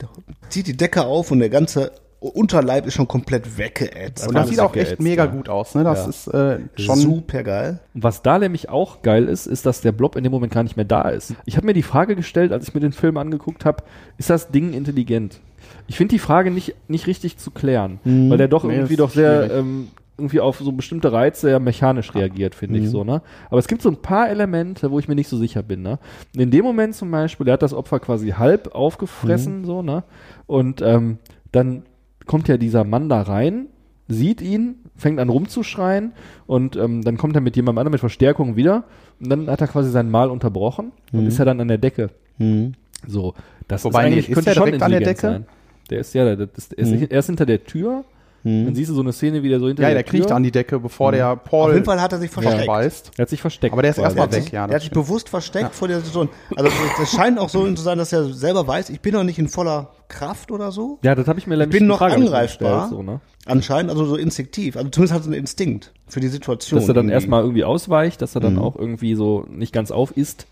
der zieht die Decke auf und der ganze Unterleib ist schon komplett weggeätzt. Und das sieht auch echt mega gut aus, ne? Das Ja. ist äh, schon super geil. Und was da nämlich auch geil ist, ist, dass der Blob in dem Moment gar nicht mehr da ist. Ich habe mir die Frage gestellt, als ich mir den Film angeguckt habe, ist das Ding intelligent? Ich finde die Frage nicht, nicht richtig zu klären, Mhm. weil der doch Nee, irgendwie ist doch sehr schwierig. ähm, irgendwie auf so bestimmte Reize ja mechanisch Ah. reagiert, finde ich Mhm. so. Ne? Aber es gibt so ein paar Elemente, wo ich mir nicht so sicher bin. Ne? Und in dem Moment zum Beispiel, der hat das Opfer quasi halb Mhm. aufgefressen, so, ne? Und ähm, dann kommt ja dieser Mann da rein, sieht ihn, fängt an rumzuschreien und ähm, dann kommt er mit jemandem anderen mit Verstärkung wieder und dann hat er quasi sein Mahl unterbrochen und Mhm. ist ja dann an der Decke. Mhm. So, das ist Wobei, eigentlich, nee, ist könnte der schon direkt an der intelligent Decke? Sein. Der ist ja, der, der, ist- er ist Mhm. nicht- er ist hinter der Tür. Mhm. Dann siehst du so eine Szene, wie der so hinter Ja, der der Tür. kriecht an die Decke, bevor der Paul Auf jeden Fall hat er sich versteckt. beißt. Er hat sich versteckt. Aber der ist quasi. erstmal weg, ja. der hat sich bewusst versteckt vor der Situation. Also es scheint auch so zu sein, dass er selber weiß, ich bin noch nicht in voller Kraft oder so. Ja, das habe ich mir Ich nämlich bin die noch Frage nicht angreifbar. gestellt, so, ne? Anscheinend, also so instinktiv. Also zumindest hat er einen Instinkt für die Situation. Dass er dann irgendwie. erstmal irgendwie ausweicht, dass er dann Mhm. auch irgendwie so nicht ganz auf ist,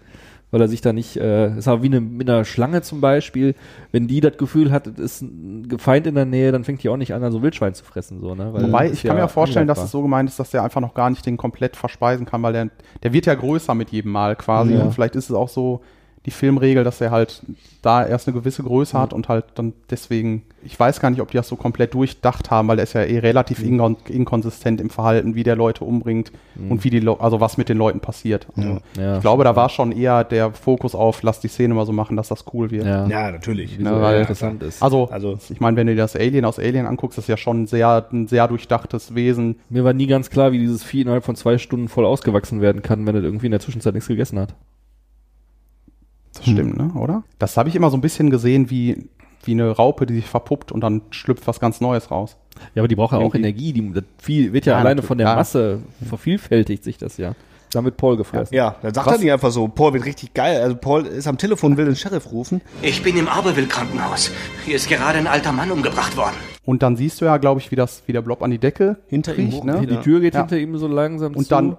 weil er sich da nicht, äh, ist aber wie eine, mit einer Schlange zum Beispiel, wenn die das Gefühl hat, es ist ein Feind in der Nähe, dann fängt die auch nicht an, dann so Wildschwein zu fressen, so, ne? Weil Wobei, das ich ist kann mir ja auch vorstellen, dass es angreifbar. so gemeint ist, dass der einfach noch gar nicht den komplett verspeisen kann, weil der, der wird ja größer mit jedem Mal quasi. Ja. Und vielleicht ist es auch so die Filmregel, dass er halt da erst eine gewisse Größe Hm. hat und halt dann deswegen, ich weiß gar nicht, ob die das so komplett durchdacht haben, weil der ist ja eh relativ Hm. inkon inkonsistent im Verhalten, wie der Leute umbringt Mhm. und wie die, Leu- also was mit den Leuten passiert. Also Ja, ich glaube, da war schon eher der Fokus auf, lass die Szene mal so machen, dass das cool wird. Ja. Ja, natürlich. Ne, Wieso weil- interessant ist. Also, ich meine, wenn du dir das Alien aus Alien anguckst, das ist ja schon sehr, ein sehr durchdachtes Wesen. Mir war nie ganz klar, wie dieses Vieh innerhalb von zwei Stunden voll ausgewachsen werden kann, wenn es irgendwie in der Zwischenzeit nichts gegessen hat. Das stimmt, Hm. ne? Oder? Das habe ich immer so ein bisschen gesehen wie, wie eine Raupe, die sich verpuppt und dann schlüpft was ganz Neues raus. Ja, aber die braucht ja auch Energie. Die, das Vieh wird ja, alleine von der ja. Masse vervielfältigt sich das ja. Damit Paul gefressen. Ja, dann sagt er nicht einfach so, Paul wird richtig geil. Also Paul ist am Telefon, will den Sheriff rufen. Ich bin im Aberwill-Krankenhaus. Hier ist gerade ein alter Mann umgebracht worden. Und dann siehst du ja, glaube ich, wie, das, wie der Blob an die Decke hinter ihm hoch- die Tür geht hinter ihm so langsam Und zu. dann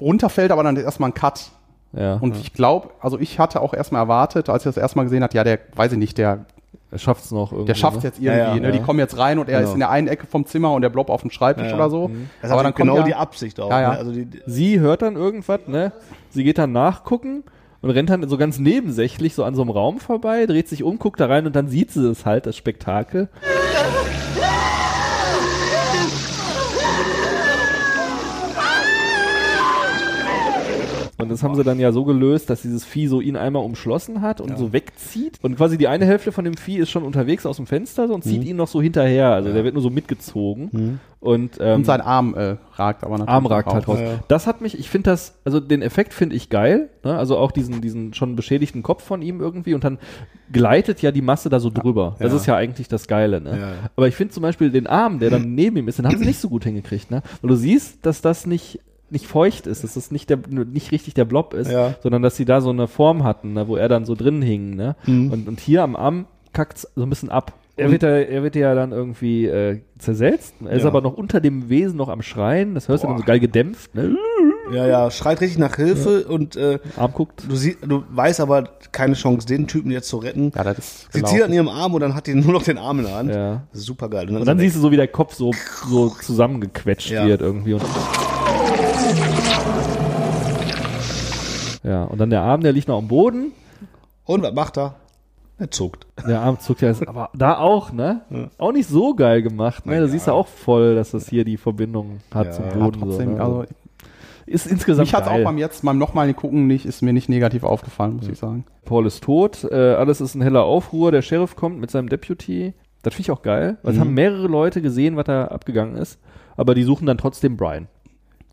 runterfällt, aber dann ist erstmal ein Cut. Ja. Und ich glaube, also ich hatte auch erstmal erwartet, als ich das erstmal gesehen hat, ja, der, weiß ich nicht, der Er schafft es noch irgendwie. Der schafft es jetzt irgendwie. ne? Die kommen jetzt rein und er Genau. ist in der einen Ecke vom Zimmer und der Blob auf dem Schreibtisch Ja, ja. oder so. Mhm. Das hat genau die Absicht auch, Ja, ja. ne? Also die- Sie hört dann irgendwas, ne? Sie geht dann nachgucken und rennt dann so ganz nebensächlich so an so einem Raum vorbei, dreht sich um, guckt da rein und dann sieht sie es halt, das Spektakel. Und das haben sie dann ja so gelöst, dass dieses Vieh so ihn einmal umschlossen hat und so wegzieht. Und quasi die eine Hälfte von dem Vieh ist schon unterwegs aus dem Fenster so und zieht Mhm. ihn noch so hinterher. Also der wird nur so mitgezogen. Mhm. Und, ähm, Und sein Arm äh, ragt aber natürlich Arm ragt halt raus. Ja, ja. Das hat mich, ich finde das, also den Effekt finde ich geil, ne? also auch diesen, diesen schon beschädigten Kopf von ihm irgendwie und dann gleitet ja die Masse da so drüber. Das Ja. ist ja eigentlich das Geile. Ne? Ja, ja. Aber ich finde zum Beispiel den Arm, der dann neben ihm ist, den haben sie nicht so gut hingekriegt. Ne? Weil du siehst, dass das nicht nicht feucht ist, dass das nicht, der, nicht richtig der Blob ist, Ja. sondern dass sie da so eine Form hatten, ne, wo er dann so drin hing. Ne? Und, und hier am Arm kackt's so ein bisschen ab. Er Und- wird, ja, er wird ja dann irgendwie äh, zersetzt. Er ist Ja. aber noch unter dem Wesen noch am Schreien. Das hörst du dann so geil gedämpft. Ne? Ja, ja, schreit richtig nach Hilfe und äh, Arm guckt. Du, sie, du weißt aber keine Chance, den Typen jetzt zu retten. Ja, das ist Sie zieht an ihrem Arm und dann hat die <laughs> nur noch den Arm in der Hand. Ja. Super geil. Und dann siehst du so, wie der Kopf so, so zusammengequetscht Ja. wird irgendwie. Und ja, und dann der Arm, der liegt noch am Boden. Und was macht er? Er zuckt. Der Arm zuckt ja, ist aber da auch, ne? Auch nicht so geil gemacht, ne? Da siehst du auch voll, dass das hier die Verbindung hat Ja, zum ja, Boden. trotzdem, so, ne? also- ist insgesamt Mich hat es auch geil. beim jetzt beim nochmaligen Gucken nicht, ist mir nicht negativ aufgefallen, muss ich sagen. Paul ist tot, äh, alles ist in heller Aufruhr, der Sheriff kommt mit seinem Deputy. Das finde ich auch geil. weil es Mhm. haben mehrere Leute gesehen, was da abgegangen ist. aber die suchen dann trotzdem Brian.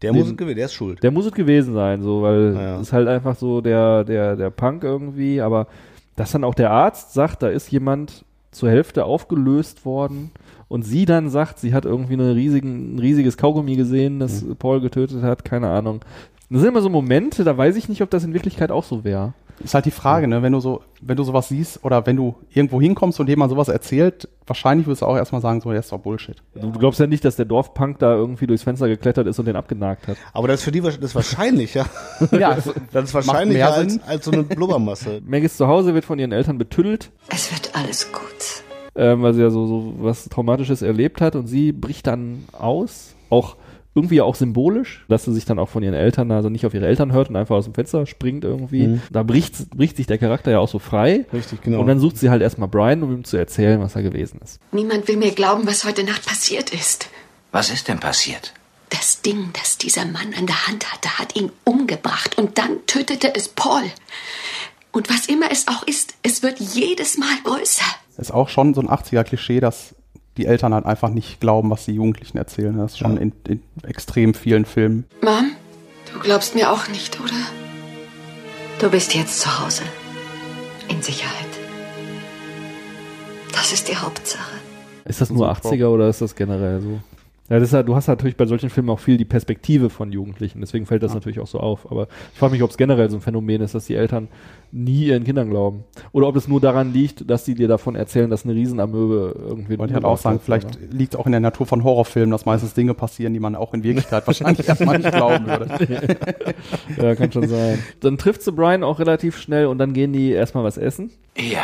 Der muss es gew- der ist schuld. Der muss es gewesen sein, so, weil es ist halt einfach so der, der, der Punk irgendwie, aber dass dann auch der Arzt sagt, da ist jemand zur Hälfte aufgelöst worden und sie dann sagt, sie hat irgendwie eine riesigen, ein riesiges Kaugummi gesehen, das Paul getötet hat, keine Ahnung. Das sind immer so Momente, da weiß ich nicht, ob das in Wirklichkeit auch so wäre. Ist halt die Frage, ne? wenn du so, wenn du sowas siehst oder wenn du irgendwo hinkommst und jemand sowas erzählt, wahrscheinlich würdest du auch erstmal sagen, so, das ist doch Bullshit. Du, du glaubst ja nicht, dass der Dorfpunk da irgendwie durchs Fenster geklettert ist und den abgenagt hat. Aber das ist für die wahrsch- das ist wahrscheinlich, ja. <laughs> Ja, das, macht ist wahrscheinlich mehr als, Sinn. als so eine Blubbermasse. Maggies zu Hause wird von ihren Eltern betüttelt, Es wird alles gut. ähm, weil sie ja so, so was Traumatisches erlebt hat und sie bricht dann aus, auch irgendwie auch symbolisch, dass sie sich dann auch von ihren Eltern, also nicht auf ihre Eltern hört und einfach aus dem Fenster springt irgendwie. Mhm. Da bricht, bricht sich der Charakter ja auch so frei. Richtig, genau. Und dann sucht sie halt erstmal Brian, um ihm zu erzählen, was er gewesen ist. Niemand will mir glauben, was heute Nacht passiert ist. Was ist denn passiert? Das Ding, das dieser Mann an der Hand hatte, hat ihn umgebracht und dann tötete es Paul. Und was immer es auch ist, es wird jedes Mal größer. Ist auch schon so ein 80er-Klischee, dass die Eltern halt einfach nicht glauben, was die Jugendlichen erzählen. ne? Das ist schon in, in extrem vielen Filmen. Mom, du glaubst mir auch nicht, oder? Du bist jetzt zu Hause. In Sicherheit. Das ist die Hauptsache. Ist das nur 80er oder ist das generell so? Ja, das ist ja, du hast natürlich bei solchen Filmen auch viel die Perspektive von Jugendlichen, deswegen fällt das natürlich auch so auf. Aber ich frage mich, ob es generell so ein Phänomen ist, dass die Eltern nie ihren Kindern glauben. Oder ob es nur daran liegt, dass sie dir davon erzählen, dass eine Riesenamöbe irgendwie. Wollte ich halt auch sagen, vielleicht liegt auch in der Natur von Horrorfilmen, dass meistens Dinge passieren, die man auch in Wirklichkeit wahrscheinlich erstmal nicht glauben würde. ja, kann <laughs> schon sein. Dann trifft sie Brian auch relativ schnell und dann gehen die erstmal was essen. Ja.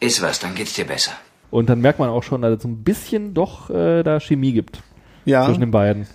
Ist was, dann geht's dir besser. Und dann merkt man auch schon, dass es so ein bisschen doch äh, da Chemie gibt. Ja. Zwischen den beiden.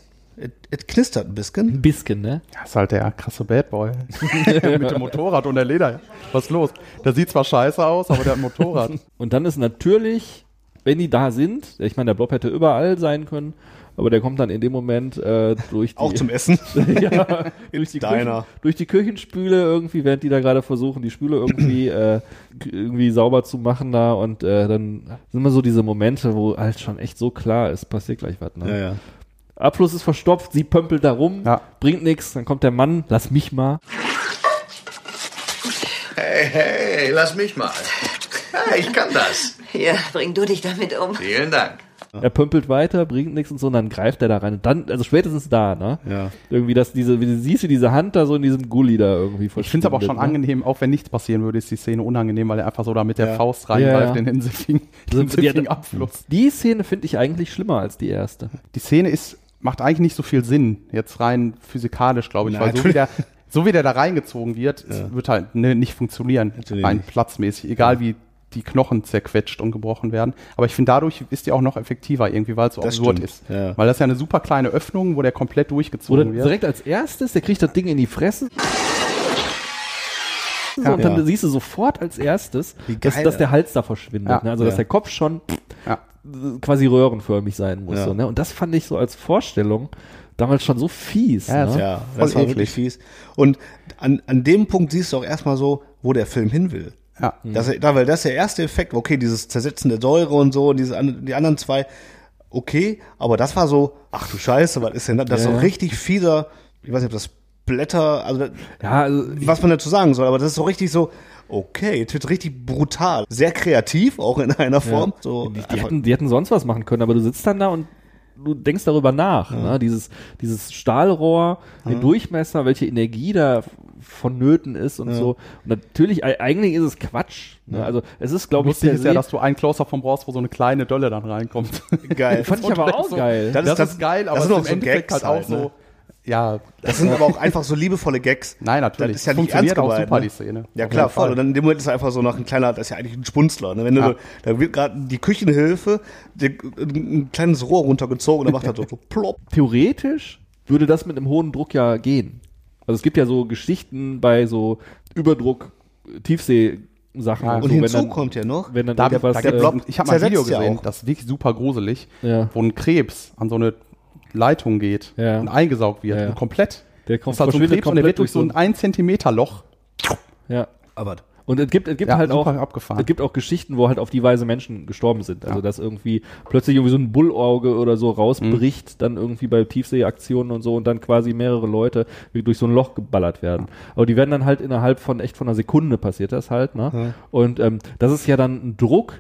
Es knistert ein bisschen. Ein bisschen, ne? Das ist halt der krasse Bad Boy. <laughs> Mit dem Motorrad und der Leder. Was ist los? Der sieht zwar scheiße aus, aber der hat ein Motorrad. <laughs> Und dann ist natürlich, wenn die da sind, ich meine, der Blob hätte überall sein können, aber der kommt dann in dem Moment äh, durch die. Auch zum Essen. <laughs> ja, durch die, Küchen, Diner. durch die Küchenspüle irgendwie, während die da gerade versuchen, die Spüle <clears throat> irgendwie, äh, k- irgendwie sauber zu machen da und äh, dann sind immer so diese Momente, wo halt schon echt so klar ist, passiert gleich was. Ne? Ja, ja. Abfluss ist verstopft, sie pömpelt da rum, bringt nichts, dann kommt der Mann, lass mich mal. Hey, hey, lass mich mal. Ja, ich kann das. Ja, bring du dich damit um. Vielen Dank. Er pömpelt weiter, bringt nichts und so, und dann greift er da rein. Und dann, also spätestens da, ne? Ja. Irgendwie, dass diese, wie du siehst, wie diese Hand da so in diesem Gully da irgendwie ne? Ich finde es aber auch schon angenehm. angenehm, auch wenn nichts passieren würde, ist die Szene unangenehm, weil er einfach so da mit der Ja. Faust Ja, reingreift ja. in den Siffing, Also den die- Siffing Abfluss. Die Szene finde ich eigentlich schlimmer als die erste. Die Szene ist, macht eigentlich nicht so viel Sinn, jetzt rein physikalisch, glaube ich, Na, weil so wie, natürlich. der, so wie der da reingezogen wird, es wird halt ne, nicht funktionieren, rein platzmäßig, egal wie die Knochen zerquetscht und gebrochen werden. Aber ich finde, dadurch ist die auch noch effektiver irgendwie, weil es so Das absurd stimmt, ist. Weil das ist ja eine super kleine Öffnung, wo der komplett Oder durchgezogen wird. direkt als erstes, der kriegt das Ding in die Fresse. So, Ja. und dann Ja. siehst du sofort als erstes, Wie dass, geil, dass der ey. Hals da verschwindet. Ja. Ne? Also, dass Ja. der Kopf schon quasi röhrenförmig sein muss. Ja. So, ne? Und das fand ich so als Vorstellung damals schon so fies. Ja, das, ne? ja, das war wirklich fies. Und an, an dem Punkt siehst du auch erstmal so, wo der Film hin will. Ja. Mhm. Das, da, weil das ist der erste Effekt, okay, dieses Zersetzen der Säure und so, und diese, an- die anderen zwei, okay, aber das war so, ach du Scheiße, was ist denn das? Das ist Ja, so ja. richtig fieser, ich weiß nicht, ob das Blätter, also, das, ja, also was man dazu sagen soll, aber das ist so richtig so, okay, es wird richtig brutal, sehr kreativ auch in einer Form. Ja. So, die, die, einfach- hätten, die hätten sonst was machen können, aber du sitzt dann da und du denkst darüber nach. Ne? Dieses, dieses Stahlrohr, den Ja. Durchmesser, welche Energie da f- vonnöten ist und Ja. so. Und natürlich, e- eigentlich ist es Quatsch. Ne? Also es ist, glaube ich, Lustig per ist ja, se- dass du ein Close-Up von brauchst, wo so eine kleine Dolle <laughs> dann reinkommt. Geil. <laughs> Fand ich aber Und auch so- geil. Das, ist, Das ist- geil, das aber sind es auch ist so im Endeffekt Gags halt auch halt, ne? so. Ja. Das sind aber auch einfach so liebevolle Gags. Nein, natürlich. Das ist ja nicht ernst Funktioniert auch gemeint. super, ne? die Szene. Ja, Auf klar, jeden Fall. voll. Und dann in dem Moment ist er einfach so nach ein kleiner, das ist ja eigentlich ein Spunzler. Ne? Wenn Ja. du, da wird gerade die Küchenhilfe der, ein kleines Rohr runtergezogen und dann macht er so, so plopp. Also theoretisch würde das mit einem hohen Druck ja gehen. Also es gibt ja so Geschichten bei so Überdruck, Tiefseesachen. so, Ja. Und wenn hinzu dann- kommt ja noch, wenn dann Da, irgendwas, da gibt's, äh, ich habe mal ein Video zersetzt ja gesehen, auch. das ist wirklich super gruselig, Ja. wo ein Krebs an so eine Leitung geht Ja. und eingesaugt wird. Ja. Und komplett. Der kommt- das ist halt so ein verschwindet Krebs und der komplett wird durch so ein durch 1 Zentimeter Loch Ja. Aber Und es gibt, es gibt Ja, halt auch, super abgefahren. es gibt auch Geschichten, wo halt auf die Weise Menschen gestorben sind. Also, dass irgendwie plötzlich irgendwie so ein Bullauge oder so rausbricht, dann irgendwie bei Tiefseeaktionen und so und dann quasi mehrere Leute durch so ein Loch geballert werden. Aber die werden dann halt innerhalb von echt von einer Sekunde passiert das halt, ne? Ja. Und ähm, das ist ja dann ein Druck.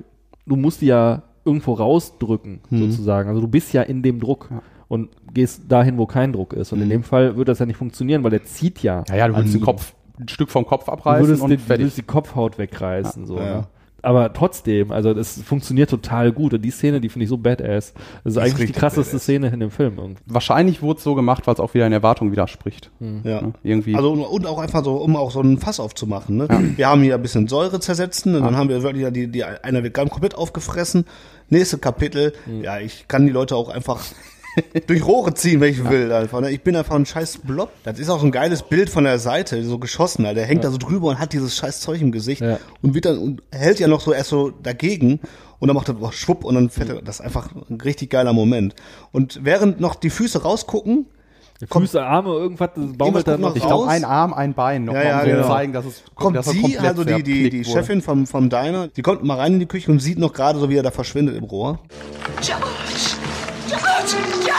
Du musst die ja irgendwo rausdrücken, sozusagen. Also du bist ja in dem Druck und gehst dahin, wo kein Druck ist. Und in dem Fall würde das ja nicht funktionieren, weil der zieht ja. Ja, ja, du an würdest den ihm. Kopf, ein Stück vom Kopf Du abreißen würdest, und den, du fertig. würdest die Kopfhaut wegreißen. so, Ja. Ne? Aber trotzdem, also das funktioniert total gut. Und die Szene, die finde ich so badass. Das ist eigentlich die richtig krasseste Szene in dem Film. irgendwie. Wahrscheinlich wurde es so gemacht, weil es auch wieder in Erwartung widerspricht. Hm. Ne? Ja. Irgendwie. Also und auch einfach so, um auch so ein Fass aufzumachen. Ne? Wir haben hier ein bisschen Säure zersetzen und dann haben wir wirklich die, die einer wird ganz komplett aufgefressen. Nächste Kapitel, Mhm. ja, ich kann die Leute auch einfach <laughs> durch Rohre ziehen, wenn ich will. Einfach, ne? Ich bin einfach ein scheiß Blob. Das ist auch so ein geiles Bild von der Seite, so geschossen. Alter. Der hängt Ja. da so drüber und hat dieses scheiß Zeug im Gesicht Ja. und wird dann und hält ja noch so erst so dagegen und dann macht er oh, schwupp und dann fällt Mhm. er, das ist einfach ein richtig geiler Moment. Und während noch die Füße rausgucken, Füße, Arme, irgendwas, das baumelt dann noch ich glaube, raus. ein Arm, ein Bein noch Ja, ja, mal, um zu genau. zeigen, dass es kommt dass er sie, komplett also die, die, die zerknickt wurde. Chefin vom, vom Diner, die kommt mal rein in die Küche und sieht noch gerade so, wie er da verschwindet im Rohr. George! George! George!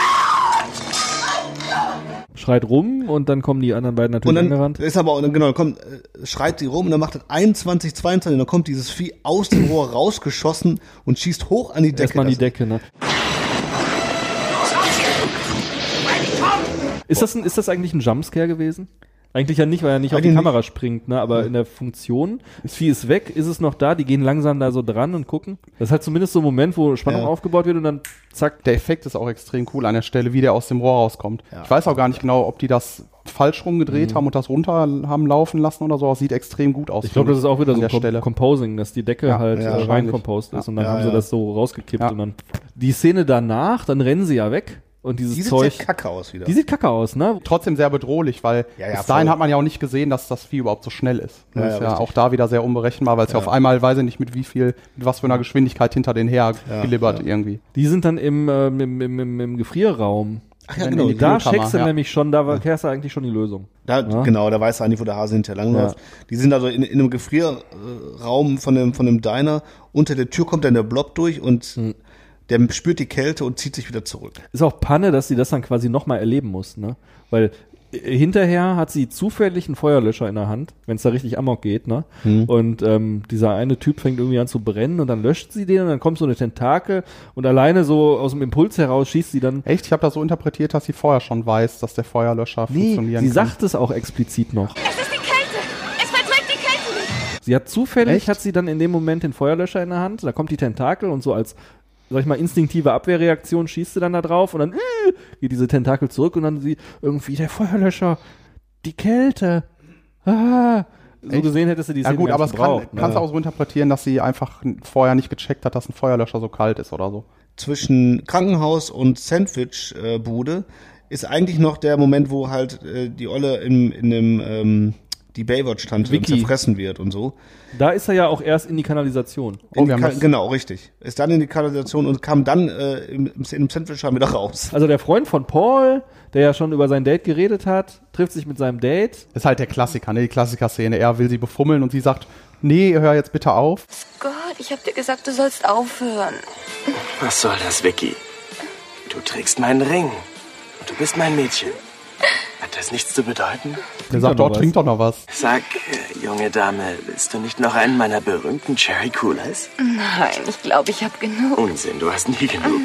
Schreit rum und dann kommen die anderen beiden natürlich Und dann angerannt. ist aber, auch- genau, dann kommt, äh, schreit sie rum und dann macht das 21, 22 und dann kommt dieses Vieh aus dem Rohr rausgeschossen und schießt hoch an die Decke. Erstmal an also. die Das- Decke, ne? Ist das, ein, ist das eigentlich ein Jumpscare gewesen? Eigentlich ja nicht, weil er nicht auf die Eigentlich Kamera springt, ne? aber in der Funktion, das Vieh ist weg, ist es noch da, die gehen langsam da so dran und gucken. Das ist halt zumindest so ein Moment, wo Spannung Ja. aufgebaut wird und dann zack. Der Effekt ist auch extrem cool an der Stelle, wie der aus dem Rohr rauskommt. Ich weiß auch gar nicht genau, ob die das falsch rumgedreht Mhm. haben und das runter haben laufen lassen oder so. Das sieht extrem gut aus. Ich glaube, das ist auch wieder so an ein der Com Stelle. Composing, dass die Decke Ja, halt ja, ja, wahrscheinlich. reinkompost ist Ja. und dann Ja, haben sie ja. das so rausgekippt und dann die Szene danach, dann rennen sie ja weg und dieses Die sieht Zeug. sehr kacke aus wieder. Die sieht kacke aus, ne? Trotzdem sehr bedrohlich, weil Ja, ja, bis dahin voll. hat man ja auch nicht gesehen, dass das Vieh überhaupt so schnell ist. Ja, Das ja, ist ja richtig. auch da wieder sehr unberechenbar, weil es ja. Ja. auf einmal weiß ich nicht mit wie viel, mit was für einer Geschwindigkeit hinter den her gelibbert irgendwie. Die sind dann im, ähm, im, im, im, im Gefrierraum. Ach ja, genau, die Da Kühlkammer, checkst du ja. nämlich schon, da war, kehrst du eigentlich schon die Lösung. Da, Ja? Genau, da weiß er nicht, wo der Hase hinterher langläuft. Ja. Die sind also in, in einem Gefrierraum äh, von dem, von dem Diner. Unter der Tür kommt dann der Blob durch und Hm. der spürt die Kälte und zieht sich wieder zurück. Ist auch Panne, dass sie das dann quasi nochmal erleben muss, ne? Weil äh, hinterher hat sie zufällig einen Feuerlöscher in der Hand, wenn es da richtig amok geht, ne? Hm. Und ähm, dieser eine Typ fängt irgendwie an zu brennen und dann löscht sie den und dann kommt so eine Tentakel und alleine so aus dem Impuls heraus schießt sie dann. Echt? Ich habe das so interpretiert, dass sie vorher schon weiß, dass der Feuerlöscher Nee, funktionieren sie kann. sagt es auch explizit noch. Es ist die Kälte. Es verträgt die Kälte nicht. Sie hat zufällig, hat sie dann in dem Moment den Feuerlöscher in der Hand, da kommt die Tentakel und so als, sag ich mal, instinktive Abwehrreaktion schießt sie dann da drauf und dann äh, geht diese Tentakel zurück und dann sie irgendwie, der Feuerlöscher, die Kälte. Ah. So Echt? gesehen hättest du die Ja Szene gut, gar aber nicht es kann, gebraucht, ne? kannst du auch so interpretieren, dass sie einfach vorher nicht gecheckt hat, dass ein Feuerlöscher so kalt ist oder so. zwischen Krankenhaus und Sandwich-Bude ist eigentlich noch der Moment, wo halt äh, die Olle im, in dem ähm, die Baywatch-Tante Vicky. zerfressen wird und so. Da ist er ja auch erst in die Kanalisation. Oh, In die Ka- genau, richtig. Ist dann in die Kanalisation und kam dann äh, im, im Sandwich haben wieder raus. Also der Freund von Paul, der ja schon über sein Date geredet hat, trifft sich mit seinem Date. Ist halt der Klassiker, ne? Die Klassiker-Szene. Er will sie befummeln und sie sagt, nee, hör jetzt bitte auf. Gott, ich hab dir gesagt, du sollst aufhören. Was soll das, Vicky? Du trägst meinen Ring. Und du bist mein Mädchen. Hat das nichts zu bedeuten? Er sagt, doch dort trink doch noch was. Sag, äh, junge Dame, willst du nicht noch einen meiner berühmten Cherry Coolers? Nein, ich glaube, ich hab genug. Unsinn, du hast nie genug.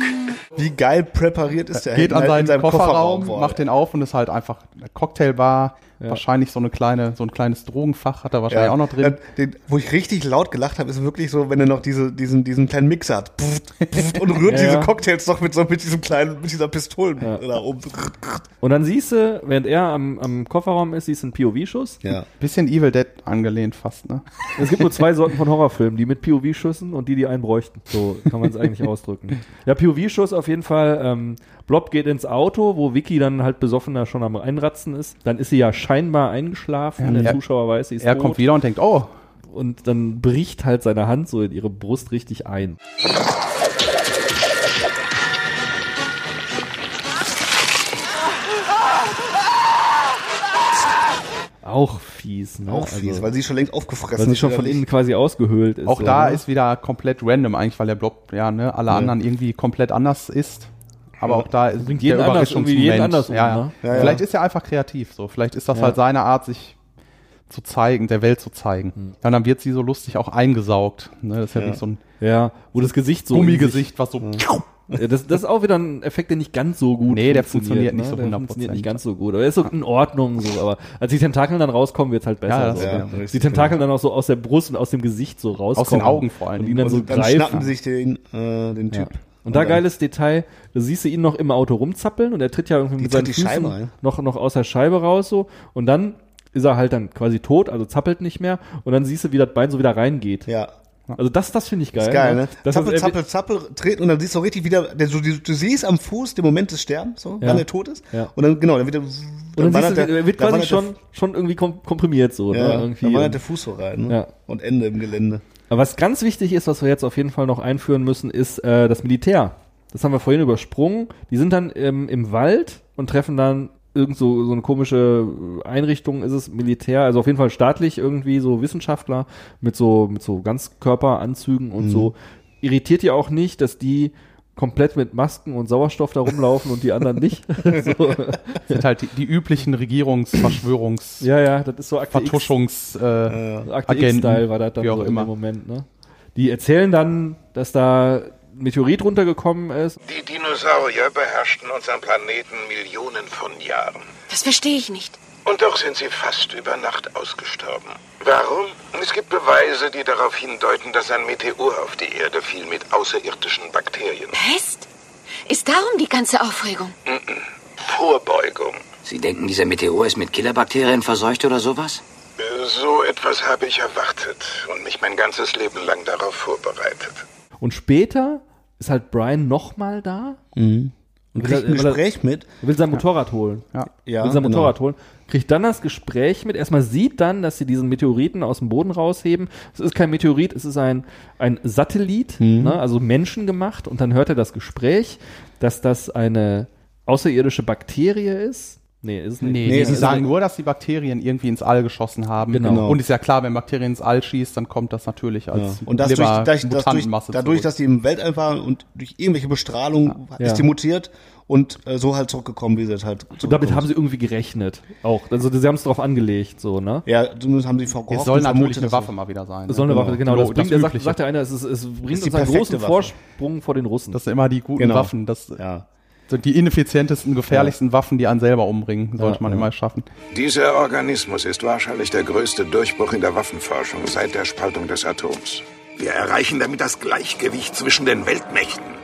Wie geil präpariert ist der Held Geht an Äh, in seinen seinem Kofferraum, boah. macht den auf und ist halt einfach eine Cocktailbar. Ja. Wahrscheinlich so eine kleine, so ein kleines Drogenfach hat er wahrscheinlich Ja. Äh, auch noch drin. Dann, den, wo ich richtig laut gelacht habe, ist wirklich so, wenn er noch diese, diesen, diesen kleinen Mixer hat. Pfft, pfft, und <laughs> rührt Ja, diese ja. Cocktails noch mit, so, mit diesem kleinen, mit dieser Pistolen da oben. Und dann siehst du, während er am, am Kofferraum ist, siehst du einen POV-Schuss. Ja. Bisschen Evil Dead angelehnt fast, ne? Es gibt nur zwei Sorten von Horrorfilmen, die mit POV-Schüssen und die, die einen bräuchten. So kann man es <laughs> eigentlich ausdrücken. Ja, POV-Schuss auf jeden Fall. Ähm, Blob geht ins Auto, wo Vicky dann halt besoffener schon am Einratzen ist. Dann ist sie ja scheinbar eingeschlafen. Ja, Der er- Zuschauer weiß, sie ist er tot. kommt wieder und denkt, oh. Und dann bricht halt seine Hand so in ihre Brust richtig ein. Auch fies, ne? Auch Also fies, weil sie schon längst aufgefressen Weil sie schon von innerlich. innen quasi ausgehöhlt ist. Auch so, da ne? ist wieder komplett random eigentlich, weil der Blob ja ne, alle Ja. anderen irgendwie komplett anders ist. Aber auch da ist Bringt jeden der anders, Überraschungsmoment. irgendwie jeden anders um, ja, ne? ja. Ja, ja. Vielleicht ist er einfach kreativ so. Vielleicht ist das Ja. halt seine Art, sich zu zeigen, der Welt zu zeigen. Hm. Ja, und dann wird sie so lustig auch eingesaugt. Ne? Das ist ja, Ja. nicht so ein Ja, wo das Gesicht so. Gummigesicht, was so. Ja, <laughs> Das, das ist auch wieder ein Effekt, der nicht ganz so gut Nee, der funktioniert nicht so Der funktioniert 100%. nicht ganz so gut. Aber er ist so in Ordnung so. Aber als die Tentakeln dann rauskommen, wird's halt besser. Ja, das so. ist genau Wenn richtig, die Tentakeln dann auch so aus der Brust und aus dem Gesicht so rauskommen. Augen vor allen Und ihn dann Dingen. so Und dann greifen. schnappen sie sich den, äh, den Typ. Ja. Und da Und dann- geiles Detail, du siehst du ihn noch im Auto rumzappeln und er tritt ja irgendwie Die mit seinen tritt die Füßen Scheibe ein. noch, noch aus der Scheibe raus so und dann ist er halt dann quasi tot, also zappelt nicht mehr und dann siehst du, wie das Bein so wieder reingeht. Ja. Also das, das finde ich geil. Ist geil, ne? Das zappel, ist, zappel, zappel, treten und dann siehst du richtig wieder, der, du, du, du siehst am Fuß den Moment des Sterbens, so, Ja. wann er tot ist. Ja. Und dann, genau, dann wird er, dann und dann wandert siehst du, der- er wird dann quasi wandert der- schon, schon irgendwie kom komprimiert so. Ja, ne? irgendwie. dann wandert der Fuß so rein, ne? Ja. Und Ende im Gelände. Aber was ganz wichtig ist, was wir jetzt auf jeden Fall noch einführen müssen, ist äh, das Militär. Das haben wir vorhin übersprungen. Die sind dann ähm, im Wald und treffen dann irgend so, so eine komische Einrichtung, ist es Militär, also auf jeden Fall staatlich irgendwie, so Wissenschaftler mit so, mit so Ganzkörperanzügen und Mhm. so. Irritiert ihr auch nicht, dass die komplett mit Masken und Sauerstoff da rumlaufen und die anderen <laughs> nicht? so. <laughs> sind halt die, die üblichen <laughs> Regierungsverschwörungs Ja, ja, das ist so Akte X. Vertuschungs äh, Akte X-Style war das dann wie auch so immer. im Moment, ne? Die erzählen dann, dass da ein Meteorit runtergekommen ist. Die Dinosaurier beherrschten unseren Planeten Millionen von Jahren. Das verstehe ich nicht. Und doch sind sie fast über Nacht ausgestorben. Warum? Es gibt Beweise, die darauf hindeuten, dass ein Meteor auf die Erde fiel mit außerirdischen Bakterien. Pest? Ist darum die ganze Aufregung? Mhm. Vorbeugung. Sie denken, dieser Meteor ist mit Killerbakterien verseucht oder sowas? Äh, So etwas habe ich erwartet und mich mein ganzes Leben lang darauf vorbereitet. Und später ist halt Brian nochmal da. Mhm. Und kriegt ein Will er- Gespräch mit. Er will sein Motorrad holen. Ja. Ja, will sein genau. Motorrad holen. Kriegt dann das Gespräch mit. Erstmal sieht dann, dass sie diesen Meteoriten aus dem Boden rausheben. Es ist kein Meteorit, es ist ein, ein Satellit, Mhm. ne? also menschengemacht. Und dann hört er das Gespräch, dass das eine außerirdische Bakterie ist. Nee, ist es nicht. Nee, es sie ist sagen eine- nur, dass die Bakterien irgendwie ins All geschossen haben. Genau. Und ist ja klar, wenn Bakterien ins All schießt, dann kommt das natürlich Ja. als Und das durch, Leber- das, das durch, Mutantenmasse dadurch, zurück. dass die im Weltall waren und durch irgendwelche Bestrahlung Ja. ist die mutiert und äh, so halt zurückgekommen, wie sie es halt Und damit zurückkommt. haben sie irgendwie gerechnet. Auch. Also sie haben es drauf angelegt, so, ne? Ja, zumindest haben sie gehofft, Es soll und natürlich vermutet, eine dass Waffe mal wieder sein. Es soll eine Waffe, genau. Lo- Das bringt, er sagt, Übliche. sagt der eine, es, ist, Ist es bringt die uns einen perfekte großen Waffe. Vorsprung vor den Russen. Das sind immer die guten Genau. Waffen. Das Ja. sind die ineffizientesten, gefährlichsten Waffen, die einen selber umbringen. Sollte man immer schaffen. Dieser Organismus ist wahrscheinlich der größte Durchbruch in der Waffenforschung seit der Spaltung des Atoms. Wir erreichen damit das Gleichgewicht zwischen den Weltmächten.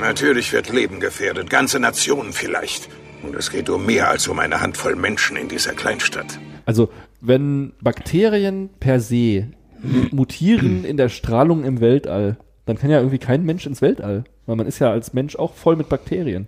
Natürlich wird Leben gefährdet, ganze Nationen vielleicht. Und es geht um mehr als um eine Handvoll Menschen in dieser Kleinstadt. Also, wenn Bakterien per se mutieren in der Strahlung im Weltall, dann kann ja irgendwie kein Mensch ins Weltall. Weil man ist ja als Mensch auch voll mit Bakterien.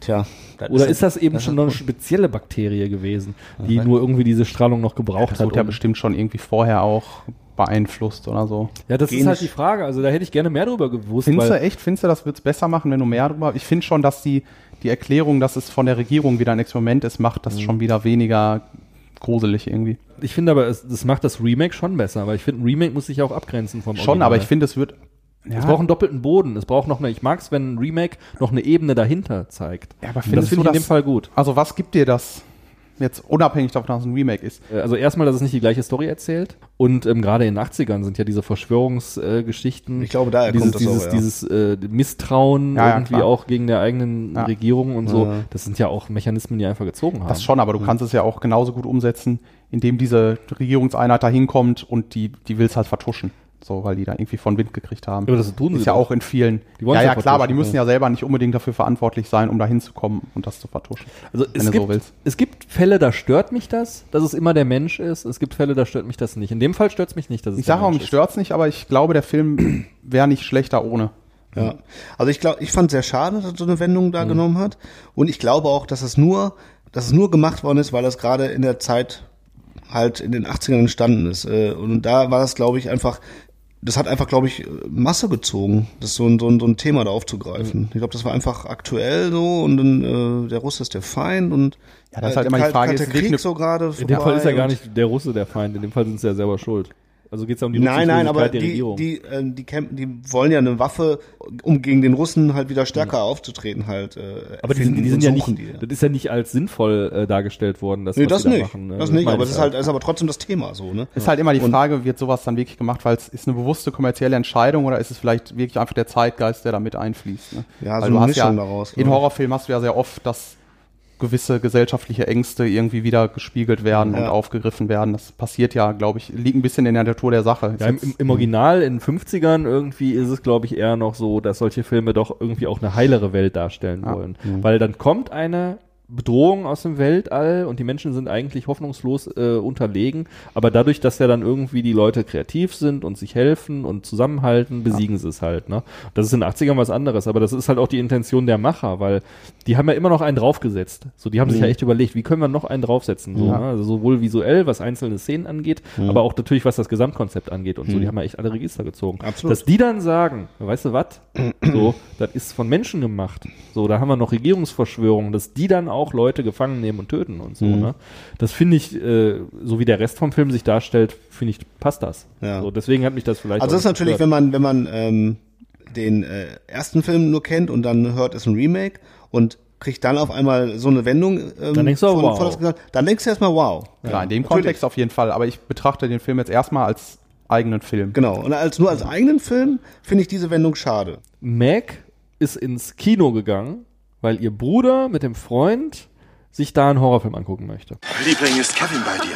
Tja. Oder ist das eben schon noch eine noch spezielle Bakterie gewesen, die nur irgendwie diese Strahlung noch gebraucht Das hat? wurde ja um- bestimmt schon irgendwie vorher auch beeinflusst oder so. ja, das ist Genisch. halt die Frage. Also da hätte ich gerne mehr drüber gewusst. Findest du weil- echt, findest du, das wird es besser machen, wenn du mehr drüber. Ich finde schon, dass die, die Erklärung, dass es von der Regierung wieder ein Experiment ist, macht das schon wieder weniger gruselig irgendwie. ich finde aber, es, das macht das Remake schon besser. Aber ich finde, ein Remake muss sich auch abgrenzen vom Schon, aber ich finde, es wird. Es braucht einen doppelten Boden. Es braucht noch eine, ich mag es, wenn ein Remake noch eine Ebene dahinter zeigt. Ja, Und aber das findest finde du ich in dem das- Fall gut. Also, was gibt dir das jetzt unabhängig davon, dass es ein Remake ist? Äh, Also erstmal, dass es nicht die gleiche Story erzählt. Und ähm, gerade in den 80ern sind ja diese Verschwörungsgeschichten. Äh, Geschichten, Ich glaube, daher dieses, kommt das dieses, auch, ja. dieses äh, Misstrauen Ja, ja, irgendwie klar. auch gegen der eigenen Ja. Regierung und so. Ja. Das sind ja auch Mechanismen, die einfach gezogen haben. Das schon, aber du kannst es ja auch genauso gut umsetzen, indem diese Regierungseinheit da hinkommt und die, die will es halt vertuschen. So, weil die da irgendwie von Wind gekriegt haben. Aber das tun sie Ist ja doch. auch in vielen. Die wollen's ja, ja ja, klar, aber die vertuschen, müssen ja. ja selber nicht unbedingt dafür verantwortlich sein, um da hinzukommen und das zu vertuschen. Also wenn es du gibt, so willst. es gibt Fälle, da stört mich das, dass es immer der Mensch ist. Es gibt Fälle, da stört mich das nicht. In dem Fall stört es mich nicht, dass es Ich der sage auch, Mensch mich stört's nicht, aber ich glaube, der Film <clears throat> wäre nicht schlechter ohne. Ja. Also ich glaube, ich fand es sehr schade, dass er so eine Wendung da genommen hat. Und ich glaube auch, dass es nur, dass es nur gemacht worden ist, weil das gerade in der Zeit halt in den 80ern entstanden ist. Äh, Und da war das, glaube ich, einfach das hat einfach, glaube ich, Masse gezogen, das so ein, so ein, so ein Thema da aufzugreifen. Ich glaube, das war einfach aktuell so und dann, äh, der Russe ist der Feind und ja, äh, das ist halt immer die Frage, ist der ist Krieg Krieg so gerade In dem vorbei Fall ist ja gar und- nicht der Russe der Feind, in dem Fall sind sie ja selber schuld. Also geht es ja um die Nein, nein, Nutzungslosigkeit aber der die, Regierung. die, ähm, die, kämpfen, die wollen ja eine Waffe, um gegen den Russen halt wieder stärker aufzutreten halt. Äh, aber die sind, erfinden die sind und ja nicht, suchen das ist ja nicht als sinnvoll äh, dargestellt worden, dass Nee, das da nicht. machen. ne? das nicht, meine aber ich das ist halt, ist aber trotzdem das Thema so, ne? Ist halt immer die Und- Frage, wird sowas dann wirklich gemacht, weil es ist eine bewusste kommerzielle Entscheidung oder ist es vielleicht wirklich einfach der Zeitgeist, der da mit einfließt? Ne? Ja, so Weil eine du hast ja, Mischung daraus, In ne? Horrorfilmen hast du ja sehr oft, dass gewisse gesellschaftliche Ängste irgendwie wieder gespiegelt werden und Ja. aufgegriffen werden. Das passiert ja, glaube ich, liegt ein bisschen in der Natur der Sache. Ist Ja, im, jetzt- im- im Original in den 50ern irgendwie ist es, glaube ich, eher noch so, dass solche Filme doch irgendwie auch eine heilere Welt darstellen Ja. wollen. Mhm. Weil dann kommt eine Bedrohung aus dem Weltall und die Menschen sind eigentlich hoffnungslos äh, unterlegen. Aber dadurch, dass ja dann irgendwie die Leute kreativ sind und sich helfen und zusammenhalten, besiegen sie es halt. Ne? Das ist in den 80ern was anderes, aber das ist halt auch die Intention der Macher, weil die haben ja immer noch einen draufgesetzt. So, die haben sich Mhm. ja echt überlegt, wie können wir noch einen draufsetzen? So, Ja. ne? also sowohl visuell, was einzelne Szenen angeht, Mhm. aber auch natürlich, was das Gesamtkonzept angeht und so. Mhm. Die haben ja echt alle Register gezogen. Absolut. Dass die dann sagen, weißt <clears throat> du was, so, das ist von Menschen gemacht. So, da haben wir noch Regierungsverschwörungen, dass die dann auch Leute gefangen nehmen und töten und so. Mhm. Ne? Das finde ich, äh, so wie der Rest vom Film sich darstellt, finde ich, passt das. Ja. So, deswegen hat mich das vielleicht. Also auch das ist natürlich, gestört. wenn man, wenn man ähm, den äh, ersten Film nur kennt und dann hört, ist ein Remake und kriegt dann auf einmal so eine Wendung ähm, Dann denkst du auch, wow. das Gesamt- dann denkst du erstmal wow. ja, in dem Kontext auf jeden Fall. Aber ich betrachte den Film jetzt erstmal als eigenen Film. Genau. Und als nur als eigenen Film finde ich diese Wendung schade. Mac ist ins Kino gegangen, weil ihr Bruder mit dem Freund sich da einen Horrorfilm angucken möchte. Liebling, ist Kevin bei dir?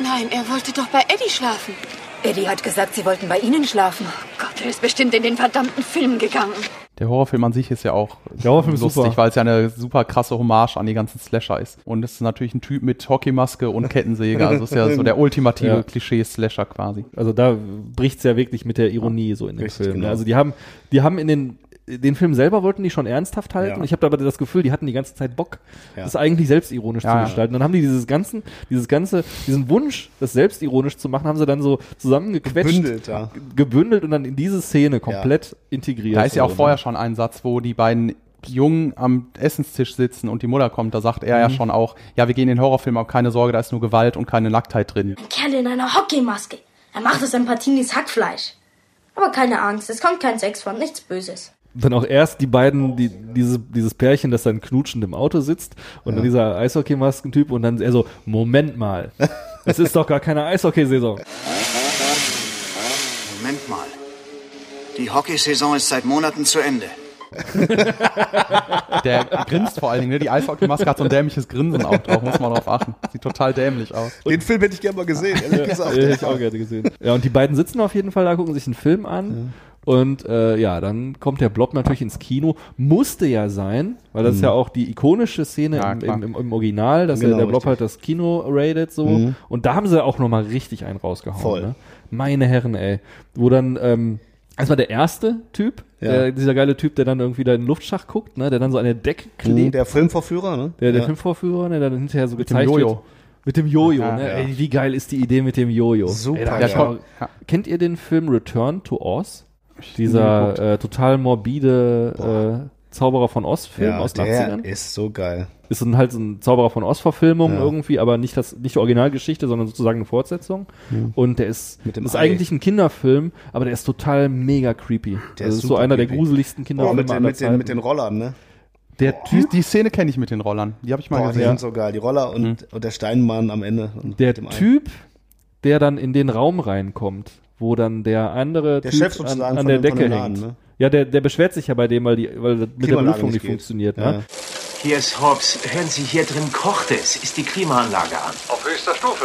Nein, er wollte doch bei Eddie schlafen. Eddie hat gesagt, sie wollten bei Ihnen schlafen. Oh Gott, er ist bestimmt in den verdammten Film gegangen. Der Horrorfilm an sich ist ja auch Horrorfilm ist lustig, super. weil es ja eine super krasse Hommage an die ganzen Slasher ist. Und es ist natürlich ein Typ mit Hockeymaske und Kettensäge. Also ist ja so der ultimative Ja. Klischee-Slasher quasi. Also da bricht's ja wirklich mit der Ironie so in dem Richtig, Film. ne? genau. Also die haben, die haben in den den Film selber wollten die schon ernsthaft halten. Ja. Ich habe aber das Gefühl, die hatten die ganze Zeit Bock, Ja. das eigentlich selbstironisch Ja, zu ja. gestalten. Dann haben die dieses ganzen, dieses ganze, diesen Wunsch, das selbstironisch zu machen, haben sie dann so zusammengequetscht, Gebündelt, ja. gebündelt und dann in diese Szene komplett integriert. Da ist ja auch so, ne? vorher schon ein Satz, wo die beiden Jungen am Essenstisch sitzen und die Mutter kommt. Da sagt er ja Mhm. schon auch, ja, wir gehen in den Horrorfilm, aber keine Sorge, da ist nur Gewalt und keine Nacktheit drin. Kerl in einer Hockeymaske. Er macht aus Empatinis Hackfleisch. Aber keine Angst, es kommt kein Sex von, nichts Böses. dann auch erst die beiden, die, dieses, dieses Pärchen, das dann knutschend im Auto sitzt und dann dieser Eishockeymaskentyp und dann er so, Moment mal, es ist doch gar keine Eishockeysaison. Moment mal. Die Hockeysaison ist seit Monaten zu Ende. <laughs> Der grinst vor allen Dingen, ne? Die Eishockeymaske hat so ein dämliches Grinsen auch drauf, muss man drauf achten. Sieht total dämlich aus. Den Film hätte ich gerne mal gesehen, ehrlich gesagt. <laughs> Ja, hätte ich auch gerne gesehen. Ja, und die beiden sitzen auf jeden Fall da, gucken sich einen Film an. Und äh, ja, dann kommt der Blob natürlich ins Kino. Musste ja sein, weil das ist Mhm. ja auch die ikonische Szene Ja, im, klar. im, im, im Original, dass Genau, der Blob richtig. halt das Kino raidet so. Mhm. Und da haben sie auch nochmal richtig einen rausgehauen. Voll. Ne? Meine Herren, ey. Wo dann ähm, erstmal der erste Typ, Ja. der, dieser geile Typ, der dann irgendwie da in den Luftschacht guckt, ne? der dann so an der Decke klebt. Mhm, Der Filmvorführer, ne? Der, der Ja. Filmvorführer, ne, dann hinterher so Mit dem gezeigt Jojo. wird. Mit dem Jojo, Ja, ne? ja. Ey, wie geil ist die Idee mit dem Jojo? Super Ey, da hab geil. ich mal- Kennt ihr den Film Return to Oz? Dieser geguckt. äh, total morbide äh, Zauberer von Oz-Film Ja, aus den der 80ern? ist so geil. Ist dann halt so ein Zauberer von Oz-Verfilmung Ja. irgendwie, aber nicht das nicht die Originalgeschichte, sondern sozusagen eine Fortsetzung. Mhm. Und der ist, Mit dem ist Ei. eigentlich ein Kinderfilm, aber der ist total mega creepy. das ist, so super einer Genau, der creepy. gruseligsten Boah, Kinderfilme Oh, mit, den, aller mit, den, mit den Zeiten. Rollern, ne? Der Typ, die Szene kenne ich mit den Rollern. Die habe ich mal Boah, die gesehen. sind so geil. Die Roller und, und der Steinmann am Ende. Und Mhm. Der mit dem Ei. Typ, der dann in den Raum reinkommt, wo dann der andere Der Typ Chef an, sozusagen an von der dem- von Decke dem Laden, hängt. ne? Ja, der, der beschwert sich ja bei dem, weil, die, weil mit der Klimaanlage Prüfung nicht nicht geht. funktioniert. Ja, Ne? Hier ist Hobbs. Hören Sie, hier drin kocht es. Ist die Klimaanlage an? Auf höchster Stufe.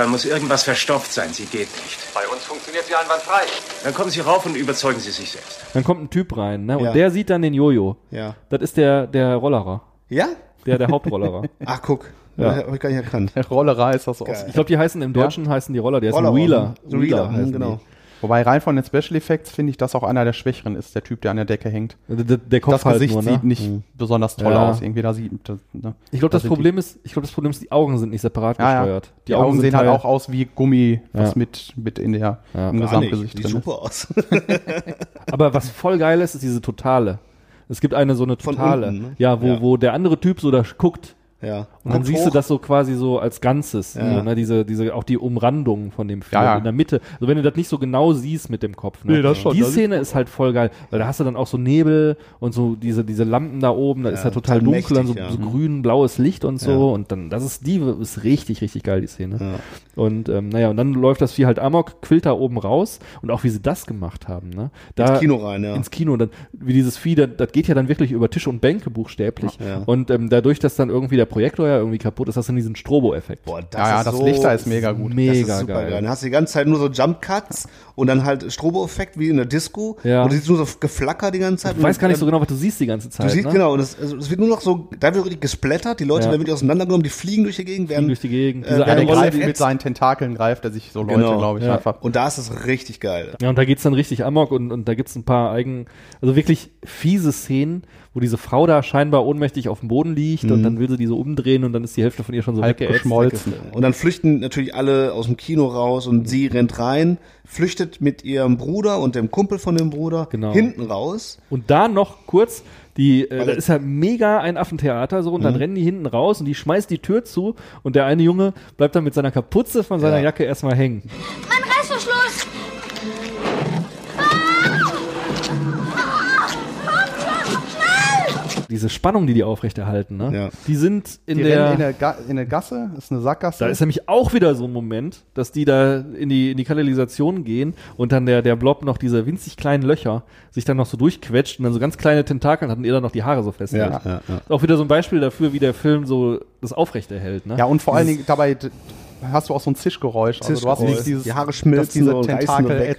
Da muss irgendwas verstopft sein. Sie geht nicht. Bei uns funktioniert sie einwandfrei. Dann kommen Sie rauf und überzeugen Sie sich selbst. Dann kommt ein Typ rein ne? und Ja. der sieht dann den Jojo. Ja. Das ist der, der Rollerer. Ja? Der, der Hauptrollerer. Ach, guck. Ja. Hab ich gar nicht erkannt. <laughs> Rollerer ist das Ich glaube, die heißen im Deutschen heißen die Roller, der ist ein Roller, Wheeler. so Wheeler, heißen genau. Die. Wobei rein von den Special Effects finde ich, dass auch einer der Schwächeren ist, der Typ, der an der Decke hängt. Der, der Kopf das halt Gesicht nur, ne? sieht nicht Mhm. besonders toll Ja. aus. Irgendwie da sieht, das, ne? Ich glaube, Da das sind Problem ist, ich glaube, das Problem ist, die Augen sind nicht separat Ja, ja. gesteuert. Die Augen sind sehen halt auch aus wie Gummi, was mit- mit in der- Ah, im Gar Gesamtgesicht nicht. drin ist. aus. <laughs> Aber was voll geil ist, ist diese totale. Es gibt eine so eine totale, unten, ne? ja, wo Ja. wo der andere Typ so da guckt. Ja. Und dann Guckt siehst du hoch. das so quasi so als Ganzes, Ja. so, ne? diese, diese, auch die Umrandung von dem Film Ja, ja. in der Mitte. Also wenn du das nicht so genau siehst mit dem Kopf. Ne? Nee, das schon, Die das Szene ist halt voll geil, weil da hast du dann auch so Nebel und so diese, diese Lampen da oben, da Ja, ist ja total total dunkel, dann so, mächtig, so ja. Mhm. grün, blaues Licht und so. Ja. Und dann, das ist die, ist richtig, richtig geil, die Szene. Und ähm, naja, und dann läuft das Vieh halt amok, quillt da oben raus und auch wie sie das gemacht haben, ne? Da, Ins Kino rein, ja. Ins Kino. Und dann, wie dieses Vieh, das, das geht ja dann wirklich über Tische und Bänke buchstäblich. Ja. Und ähm, dadurch, dass dann irgendwie der Projektor ja irgendwie kaputt ist, hast du dann diesen Strobo-Effekt. Boah, Mega das ist super geil. geil. Dann hast du die ganze Zeit nur so Jump Cuts und dann halt Strobo-Effekt wie in der Disco. Ja. Und du siehst nur so Geflacker die ganze Zeit. Ich weiß gar nicht so Und genau, was du siehst die ganze ähm, Du Zeit. siehst ne? genau, und es, also es wird nur noch so, da wird richtig gesplattert, die Leute Ja. werden wirklich auseinandergenommen, die fliegen durch die Gegend, werden durch die Gegend. äh, Diese werden eine Rolle, gefetzt. die mit seinen Tentakeln greift er sich so Leute, Genau. glaube ich, Ja. einfach. Und da ist es richtig geil. Ja, und da geht's dann richtig amok und, und da gibt's ein paar eigen, also wirklich fiese Szenen, wo diese Frau da scheinbar ohnmächtig auf dem Boden liegt und Mhm. dann will sie diese umdrehen und dann ist die Hälfte von ihr schon so Halb weggeätzt, geschmolzen. weggeätzt. Und dann flüchten natürlich alle aus dem Kino raus und sie rennt rein, flüchtet mit ihrem Bruder und dem Kumpel von dem Bruder Genau. hinten raus. Und da noch kurz, die, äh, Weil da das- ist ja mega ein Affentheater so und dann Mhm. rennen die hinten raus und die schmeißt die Tür zu und der eine Junge bleibt dann mit seiner Kapuze von seiner Jacke erstmal hängen. Mein Reißverschluss! Ah! Diese Spannung, die die aufrechterhalten, ne? Die sind in Die der rennen in der, Ga in der Gasse, ist eine Sackgasse. Da ist nämlich auch wieder so ein Moment, dass die da in die, in die Kanalisation gehen und dann der, der Blob noch diese winzig kleinen Löcher sich dann noch so durchquetscht und dann so ganz kleine Tentakeln hat und ihr dann noch die Haare so festhält. Ja, ja, ja. Ist Auch wieder so ein Beispiel dafür, wie der Film so das aufrechterhält. Ne? Ja, und vor allen Dieses- Dingen dabei d- hast du auch so ein Zischgeräusch. Also du hast Zischgeräusch. nicht dieses, die Haare dass schmelzen diese und Tentakel reißen und weg.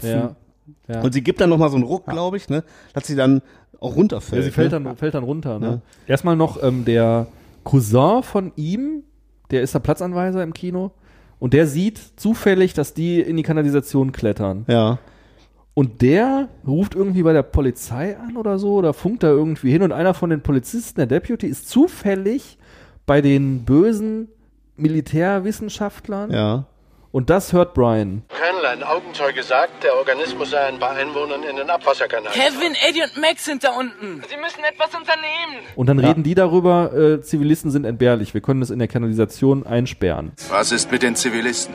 ätzen. Und sie gibt dann nochmal so einen Ruck, glaube ich, ne, dass sie dann auch runterfällt. Ja, sie fällt ne? dann, fällt dann runter. Ne? Ja. Erstmal noch ähm, der Cousin von ihm, der ist der Platzanweiser im Kino und der sieht zufällig, dass die in die Kanalisation klettern. Ja. Und der ruft irgendwie bei der Polizei an oder so oder funkt da irgendwie hin und einer von den Polizisten, der Deputy, ist zufällig bei den bösen Militärwissenschaftlern. Ja. Und das hört Brian. Cranle, ein Augenzeuge sagt, der Organismus sei ein paar Einwohnern in den Abwasserkanal. Kevin, Eddie und Max sind da unten. Sie müssen etwas unternehmen. Und dann reden die darüber, äh, Zivilisten sind entbehrlich, wir können es in der Kanalisation einsperren. Was ist mit den Zivilisten?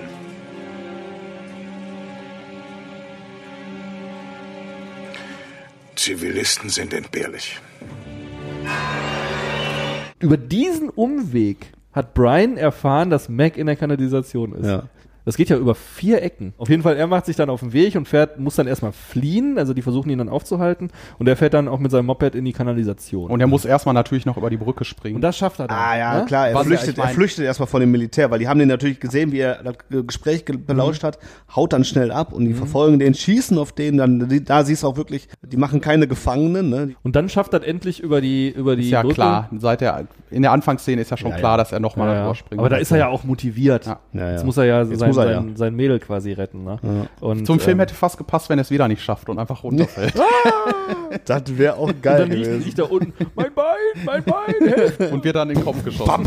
Zivilisten sind entbehrlich. Über diesen Umweg hat Brian erfahren, dass Mac in der Kanalisation ist. Das geht ja über vier Ecken. Auf jeden Fall, er macht sich dann auf den Weg und fährt, muss dann erstmal fliehen. Also die versuchen ihn dann aufzuhalten. Und er fährt dann auch mit seinem Moped in die Kanalisation. Und er muss erstmal natürlich noch über die Brücke springen. Und das schafft er dann. Ah ja, ne? klar, er Was- flüchtet, ich mein- er flüchtet erstmal vor dem Militär, weil die haben den natürlich gesehen, wie er das äh, Gespräch ge- Mhm. belauscht hat, haut dann schnell ab und die verfolgen den, schießen auf den, dann die- da siehst du auch wirklich, die machen keine Gefangenen, ne? Und dann schafft er endlich über die über die Ist ja Brücke. klar. Seit der, in der Anfangsszene ist ja schon Ja, ja. klar, dass er nochmal Ja, ja, ja. darüber springt. Aber da ist er ja auch motiviert. Ja, Jetzt ja. muss er ja, Jetzt sein, muss er ja. sein, sein Mädel quasi retten. Ne? Und, Zum Film ähm, hätte fast gepasst, wenn er es wieder nicht schafft und einfach runterfällt. das wäre <laughs> auch und dann liegt ich da unten. Mein Bein, mein Bein. helft. <laughs> <laughs> Und wir dann in den Kopf geschossen. Und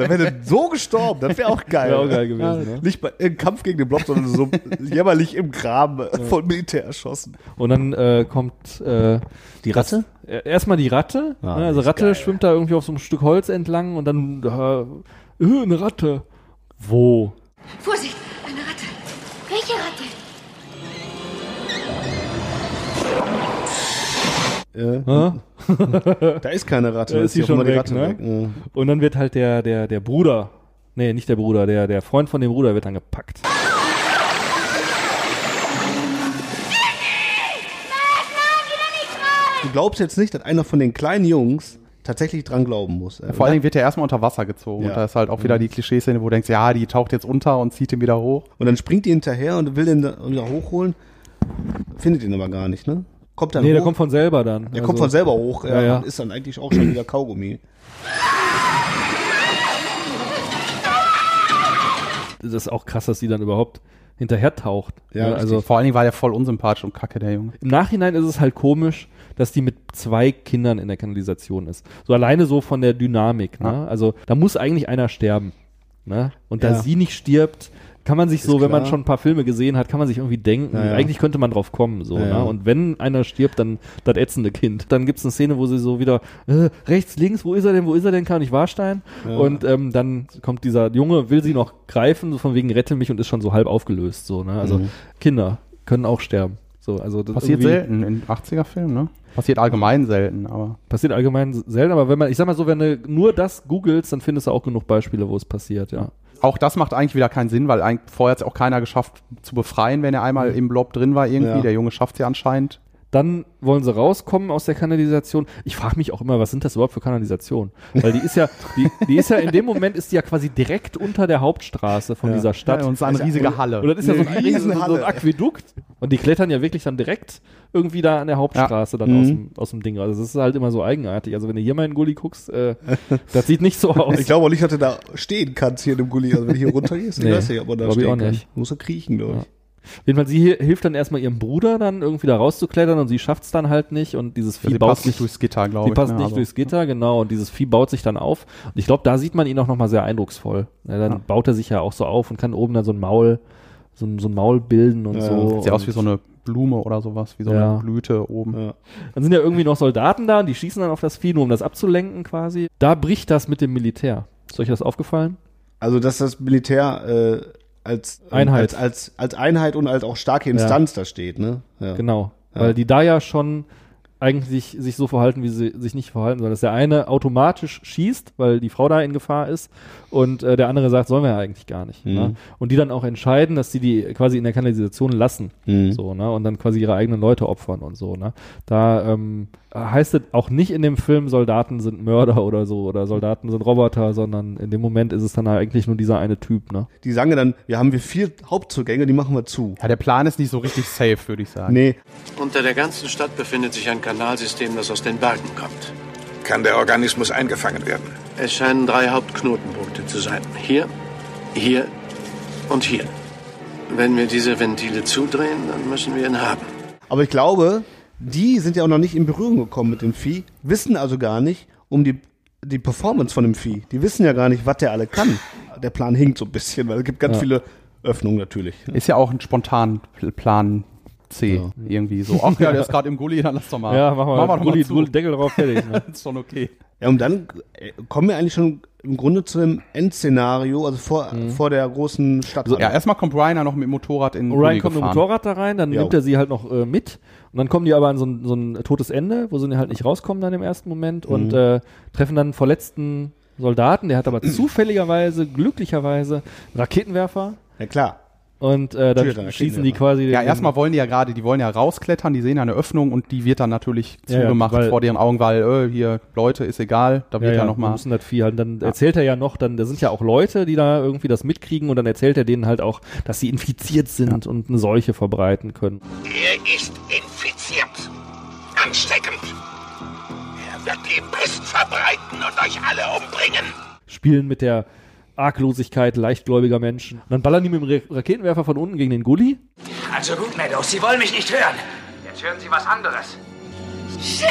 dann wäre so gestorben, das wäre auch <laughs> geil. Wäre auch geil gewesen, ne? Nicht bei, im Kampf gegen den Blob, sondern so jämmerlich im Graben äh, vom Militär erschossen. Und dann äh, kommt äh, Die Ratte? das- äh, erstmal die Ratte. Ah, ne? Also die ist Ratte geil. schwimmt da irgendwie auf so einem Stück Holz entlang und dann äh, äh, eine Ratte. Wo? Vorsicht, eine Ratte. Welche Ratte? Äh, Hä? da ist keine Ratte. Da ist sie hier schon immer weg, ne? Und dann wird halt der, der, der Bruder, nee, nicht der Bruder, der, der Freund von dem Bruder wird dann gepackt. Du glaubst jetzt nicht, dass einer von den kleinen Jungs tatsächlich dran glauben muss. äh, Vor allen Dingen wird er erstmal unter Wasser gezogen. Ja. Und da ist halt auch Mhm. wieder die Klischeeszene, wo du denkst, ja, die taucht jetzt unter und zieht ihn wieder hoch. Und dann springt die hinterher und will den da- wieder hochholen. Findet ihn aber gar nicht, ne? Kommt dann nee, hoch. der kommt von selber dann. Also Der kommt von selber hoch. Ja, Ja, ja. und Ist dann eigentlich auch schon wieder Kaugummi. Das ist auch krass, dass die dann überhaupt Ne? hinterher taucht. Ja, also vor allen Dingen war der voll unsympathisch und kacke, der Junge. Im Nachhinein ist es halt komisch, dass die mit zwei Kindern in der Kanalisation ist. So alleine so von der Dynamik. Ne? Also da muss eigentlich einer sterben. Ne? Und da Ja. sie nicht stirbt, kann man sich Ist so, wenn man klar. schon ein paar Filme gesehen hat, kann man sich irgendwie denken, Ja, ja. eigentlich könnte man drauf kommen. So, Ja, ja. ne? Und wenn einer stirbt, dann das ätzende Kind. Dann gibt's eine Szene, wo sie so wieder äh, rechts, links, wo ist er denn, wo ist er denn, kann ich Warstein? Ja. Und ähm, dann kommt dieser Junge, will sie noch greifen, so von wegen rette mich und ist schon so halb aufgelöst. So, ne? Also Mhm. Kinder können auch sterben. So, also das Passiert irgendwie- selten in 80er-Filmen, ne? Passiert allgemein selten, aber. Passiert allgemein selten, aber wenn man, ich sag mal so, wenn du nur das googelst, dann findest du auch genug Beispiele, wo es passiert, ja. Auch das macht eigentlich wieder keinen Sinn, weil eigentlich vorher hat es auch keiner geschafft zu befreien, wenn er einmal im Blob drin war irgendwie. Mhm. Ja. Der Junge schafft es ja anscheinend. Dann wollen sie rauskommen aus der Kanalisation. Ich frage mich auch immer, was sind das überhaupt für Kanalisationen? Weil die ist ja, die, die ist ja in dem Moment ist die ja quasi direkt unter der Hauptstraße von Ja. dieser Stadt. Also, Ja, und es ist eine riesige Halle. Also Und das ist ja so Eine ein, riesen, so, so ein Riesenhalle. Aquädukt. Und die klettern ja wirklich dann direkt irgendwie da an der Hauptstraße dann Mhm. aus, dem, aus dem Ding. raus. Also das ist halt immer so eigenartig. Also wenn du hier mal in den Gully guckst, äh, das sieht nicht <laughs> so aus. Ich glaube auch nicht, dass du da stehen kannst hier in dem Gulli. Also wenn du hier runtergehst, Nee, ich weiß nicht, ob man da glaub ich auch stehen kann. nicht. Muss er kriechen, glaube ich. Jedenfalls, sie hi- hilft dann erstmal ihrem Bruder dann irgendwie da rauszuklettern und sie schafft es dann halt nicht und dieses Vieh sie baut passt sich nicht durchs Gitter, glaube sie ich, passt ne, nicht also. durchs Gitter, genau. Und dieses Vieh baut sich dann auf. Und ich glaube, da sieht man ihn auch nochmal sehr eindrucksvoll. Ja, dann Ja. baut er sich ja auch so auf und kann oben dann so ein Maul, so, ein- so ein Maul bilden und Ja, so. und Sieht aus wie so eine Blume oder sowas, wie so Ja. eine Blüte oben. Dann sind ja irgendwie noch Soldaten da und die schießen dann auf das Vieh, nur um das abzulenken quasi. Da bricht das mit dem Militär. Ist euch das aufgefallen? Also, dass das Militär äh, als, ähm, Als, Einheit. als, als Einheit und als auch starke Instanz da steht, ne? Ja. Genau. Ja. Weil die da ja schon eigentlich sich so verhalten, wie sie sich nicht verhalten sollen. Dass der eine automatisch schießt, weil die Frau da in Gefahr ist und äh, der andere sagt, sollen wir ja eigentlich gar nicht. Mhm. Ne? Und die dann auch entscheiden, dass sie die quasi in der Kanalisation lassen. Mhm. So, ne? Und dann quasi ihre eigenen Leute opfern und so. Ne? Da ähm, heißt es auch nicht in dem Film, Soldaten sind Mörder oder so oder Soldaten sind Roboter, sondern in dem Moment ist es dann halt eigentlich nur dieser eine Typ. Ne? Die sagen ja dann, wir haben hier vier Hauptzugänge, die machen wir zu. Ja, der Plan ist nicht so richtig safe, würde ich sagen. Nee. Unter der ganzen Stadt befindet sich ein Kanalsystem, das aus den Bergen kommt. Kann der Organismus eingefangen werden? Es scheinen drei Hauptknotenpunkte zu sein. Hier, hier und hier. Wenn wir diese Ventile zudrehen, dann müssen wir ihn haben. Aber ich glaube, die sind ja auch noch nicht in Berührung gekommen mit dem Vieh, wissen also gar nicht um die, die Performance von dem Vieh. Die wissen ja gar nicht, was der alle kann. Der Plan hinkt so ein bisschen, weil es gibt ganz Ja. viele Öffnungen natürlich. Ist ja auch ein spontan Pl- Plan C irgendwie so. Ach ja, der ist gerade im Gulli, dann lass doch mal. Ja, machen wir, Machen wir doch mal Gulli- zu. Gulli- Deckel drauf, fertig. Ne? ist schon okay. Ja, und dann äh, kommen wir eigentlich schon im Grunde zu dem Endszenario, also vor, Mhm. vor der großen Stadt. Ja, erstmal kommt Rainer noch mit dem Motorrad in den Ryan Gulli Also, kommt mit dem gefahren. Motorrad da rein, dann Jo. nimmt er sie halt noch äh, mit und dann kommen die aber an so ein, so ein totes Ende, wo sie halt nicht rauskommen dann im ersten Moment und Mhm. äh, treffen dann einen verletzten Soldaten, der hat aber <clears throat> zufälligerweise, glücklicherweise einen Raketenwerfer. Ja klar. Und äh, dann Natürlich hat er einen schießen die quasi Ja, den- erstmal wollen die ja gerade, die wollen ja rausklettern, die sehen ja eine Öffnung und die wird dann natürlich Ja, ja, zugemacht weil- vor deren Augen, weil äh, hier, Leute, ist egal, da wird ja, noch wir nochmal. müssen das Vieh halt halten. Dann erzählt er ja noch, dann da sind ja auch Leute, die da irgendwie das mitkriegen und dann erzählt er denen halt auch, dass sie infiziert sind und eine Seuche verbreiten können. Er ist infiziert. Ansteckend. Er wird die Pest verbreiten und euch alle umbringen. spielen mit der Arglosigkeit leichtgläubiger Menschen. Und dann ballern die mit dem Ra- Raketenwerfer von unten gegen den Gully. Also gut, Meadows, Sie wollen mich nicht hören. Jetzt hören Sie was anderes. Shit!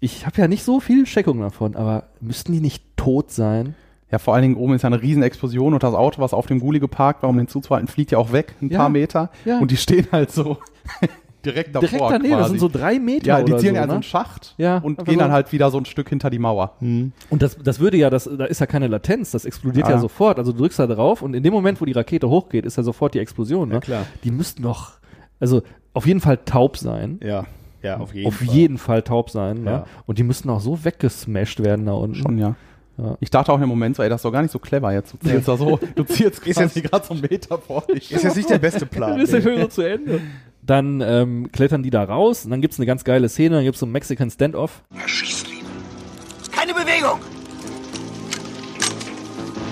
Ich habe ja nicht so viel Checkung davon, aber müssten die nicht tot sein? Ja, vor allen Dingen oben ist ja eine Riesenexplosion und das Auto, was auf dem Gully geparkt war, um den zuzuhalten, fliegt ja auch weg, ein Ja, paar Meter. ja. Und die stehen halt so <laughs> direkt davor. Direkt daneben, das quasi. sind so drei Meter Ja, die oder zielen so, ja also ne? so einen Schacht Ja, und einfach gehen so. Hm. dann halt wieder so ein Stück hinter die Mauer. Und das, das würde ja, das, da ist ja keine Latenz, das explodiert ja, Ah. Ja. sofort. Also du drückst da drauf und in dem Moment, wo die Rakete hochgeht, ist ja sofort die Explosion. Ne? Ja, klar. Die müssten doch, also auf jeden Fall taub sein. Ja, ja, auf jeden auf Fall. jeden Fall taub sein. Ne? Ja. Und die müssten auch so weggesmashed werden da unten. <laughs> Schon, ja. Ich dachte auch in dem Moment so, ey, das ist doch gar nicht so clever jetzt. Du zielst <laughs> da so, du zielst Ist quasi gerade so einen Meter vor dich. Ist jetzt nicht der beste <laughs> Plan. Ist der Film so <laughs> zu Ende? Dann ähm, klettern die da raus und dann gibt's eine ganz geile Szene, dann gibt's so einen Mexican Standoff. Keine Bewegung!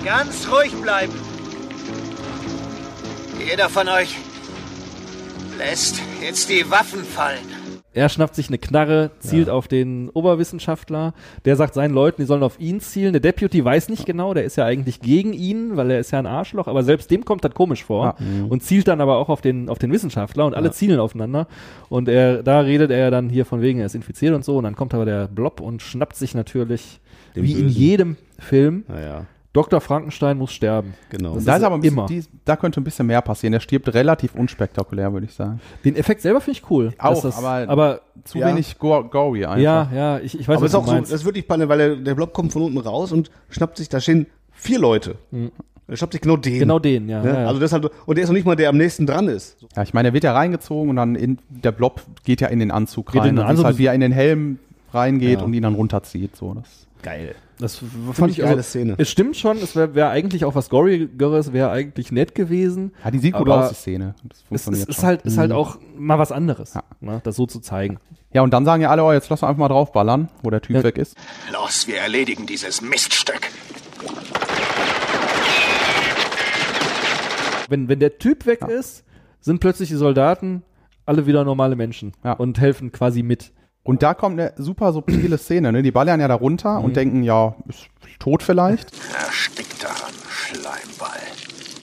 Ganz ruhig bleiben. Jeder von euch lässt jetzt die Waffen fallen. Er schnappt sich eine Knarre, zielt auf den Oberwissenschaftler. Der sagt seinen Leuten, die sollen auf ihn zielen. Der Deputy weiß nicht genau, der ist ja eigentlich gegen ihn, weil er ist ja ein Arschloch, aber selbst dem kommt das komisch vor Ja. Mhm. und zielt dann aber auch auf den, auf den Wissenschaftler und alle zielen aufeinander. Und er, da redet er dann hier von wegen, er ist infiziert und so. Und dann kommt aber der Blob und schnappt sich natürlich, Den wie in Bösen. jedem Film, Naja. Dr. Frankenstein muss sterben. Genau. da, ist aber ein bisschen, die, da könnte ein bisschen mehr passieren. Der stirbt relativ unspektakulär, würde ich sagen. Den Effekt selber finde ich cool. Auch, dass das- aber, aber- zu Ja. wenig go gory einfach. Ja, ja, ich, ich weiß Aber was ist du auch so- meinst. Das ist wirklich Panne, weil der, der Blob kommt von unten raus und schnappt sich da stehen vier Leute. Er schnappt sich genau den. Mhm. Genau den, ja, Ne? ja, ja. Also deshalb, und der ist noch nicht mal der, der am nächsten dran ist. Ja, ich meine, er wird ja reingezogen und dann in, der Blob geht ja in den Anzug Geht rein. in den Dann Anzug. siehst du halt, wie er in den Helm reingeht Ja. und ihn dann runterzieht. So, das Geil. Das fand Ziemlich ich also, geile Szene. Es stimmt schon, es wäre wär eigentlich auch was Gorygeres, wäre eigentlich nett gewesen. Ja, die sieht gut aber aus, die Szene. Das Es, funktioniert es ist, schon. halt, ist halt Mhm. auch mal was anderes, ne, das so zu zeigen. Ja, und dann sagen ja alle, oh, jetzt lass doch einfach mal draufballern, wo der Typ weg ist. Los, wir erledigen dieses Miststück. Wenn, wenn der Typ weg ist, sind plötzlich die Soldaten alle wieder normale Menschen und helfen quasi <laughs> mit. Und da kommt eine super subtile Szene. Ne? Die ballern ja da runter Mhm. und denken, ja, ist tot vielleicht. Erstickter Schleimball.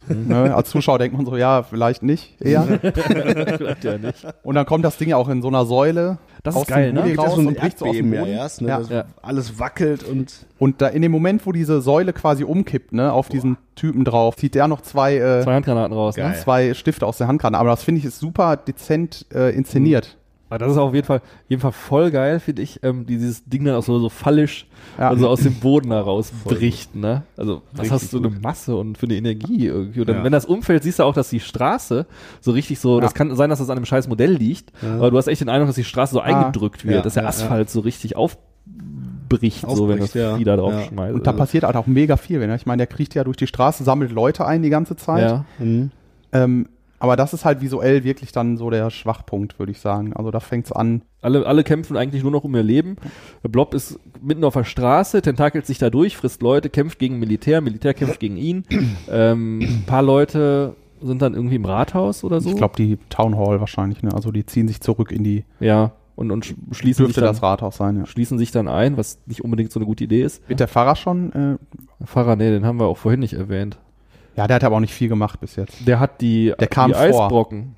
<laughs> ne? Als Zuschauer denkt man so, ja, vielleicht nicht. Eher. Vielleicht ja nicht. Und dann kommt das Ding auch in so einer Säule. Das aus ist geil, dem ne? Hügel Kriegt das raus so ein und bricht so aus Erdbeben, dem ja, Boden. erst, ne? Das Alles wackelt und. Und da in dem Moment, wo diese Säule quasi umkippt, ne, auf diesen Typen drauf, zieht der noch zwei, äh, Zwei Handgranaten raus, ne? ne? zwei Stifte aus der Handgranate. Aber das finde ich ist super dezent äh, inszeniert. Aber Ah, das ist auf jeden Fall, jeden Fall voll geil, finde ich, ähm, die dieses Ding dann auch so, so fallisch Ja. also aus dem Boden heraus bricht. Ne? Also was Richtig hast du eine gut. Masse und für eine Energie irgendwie. Und dann, Ja. wenn das umfällt, siehst du auch, dass die Straße so richtig so, das Ja. kann sein, dass das an einem scheiß Modell liegt, Ja. aber du hast echt den Eindruck, dass die Straße so Ah. eingedrückt wird, Ja, dass der ja, Asphalt so richtig aufbricht, so wenn das Aufbricht, ja. Vieh da drauf Ja. schmeißt. Und da Also- passiert halt auch mega viel. Ne? Ich meine, der kriecht ja durch die Straße, sammelt Leute ein die ganze Zeit. Ja. Ähm, aber das ist halt visuell wirklich dann so der Schwachpunkt, würde ich sagen. Also da fängt's an. Alle, alle kämpfen eigentlich nur noch um ihr Leben. Der Blob ist mitten auf der Straße, tentakelt sich da durch, frisst Leute, kämpft gegen Militär, Militär kämpft gegen ihn. Ähm, ein paar Leute sind dann irgendwie im Rathaus oder so. Ich glaube, die Town Hall wahrscheinlich. Ne? Also die ziehen sich zurück in die. Ja, und, und sch- schließen sich Dürfte dann, das Rathaus sein, ja. schließen sich dann ein, was nicht unbedingt so eine gute Idee ist. Wird der Pfarrer schon? Äh Pfarrer, nee, den haben wir auch vorhin nicht erwähnt. Ja, der hat aber auch nicht viel gemacht bis jetzt. Der hat die, Der kam die vor. Eisbrocken,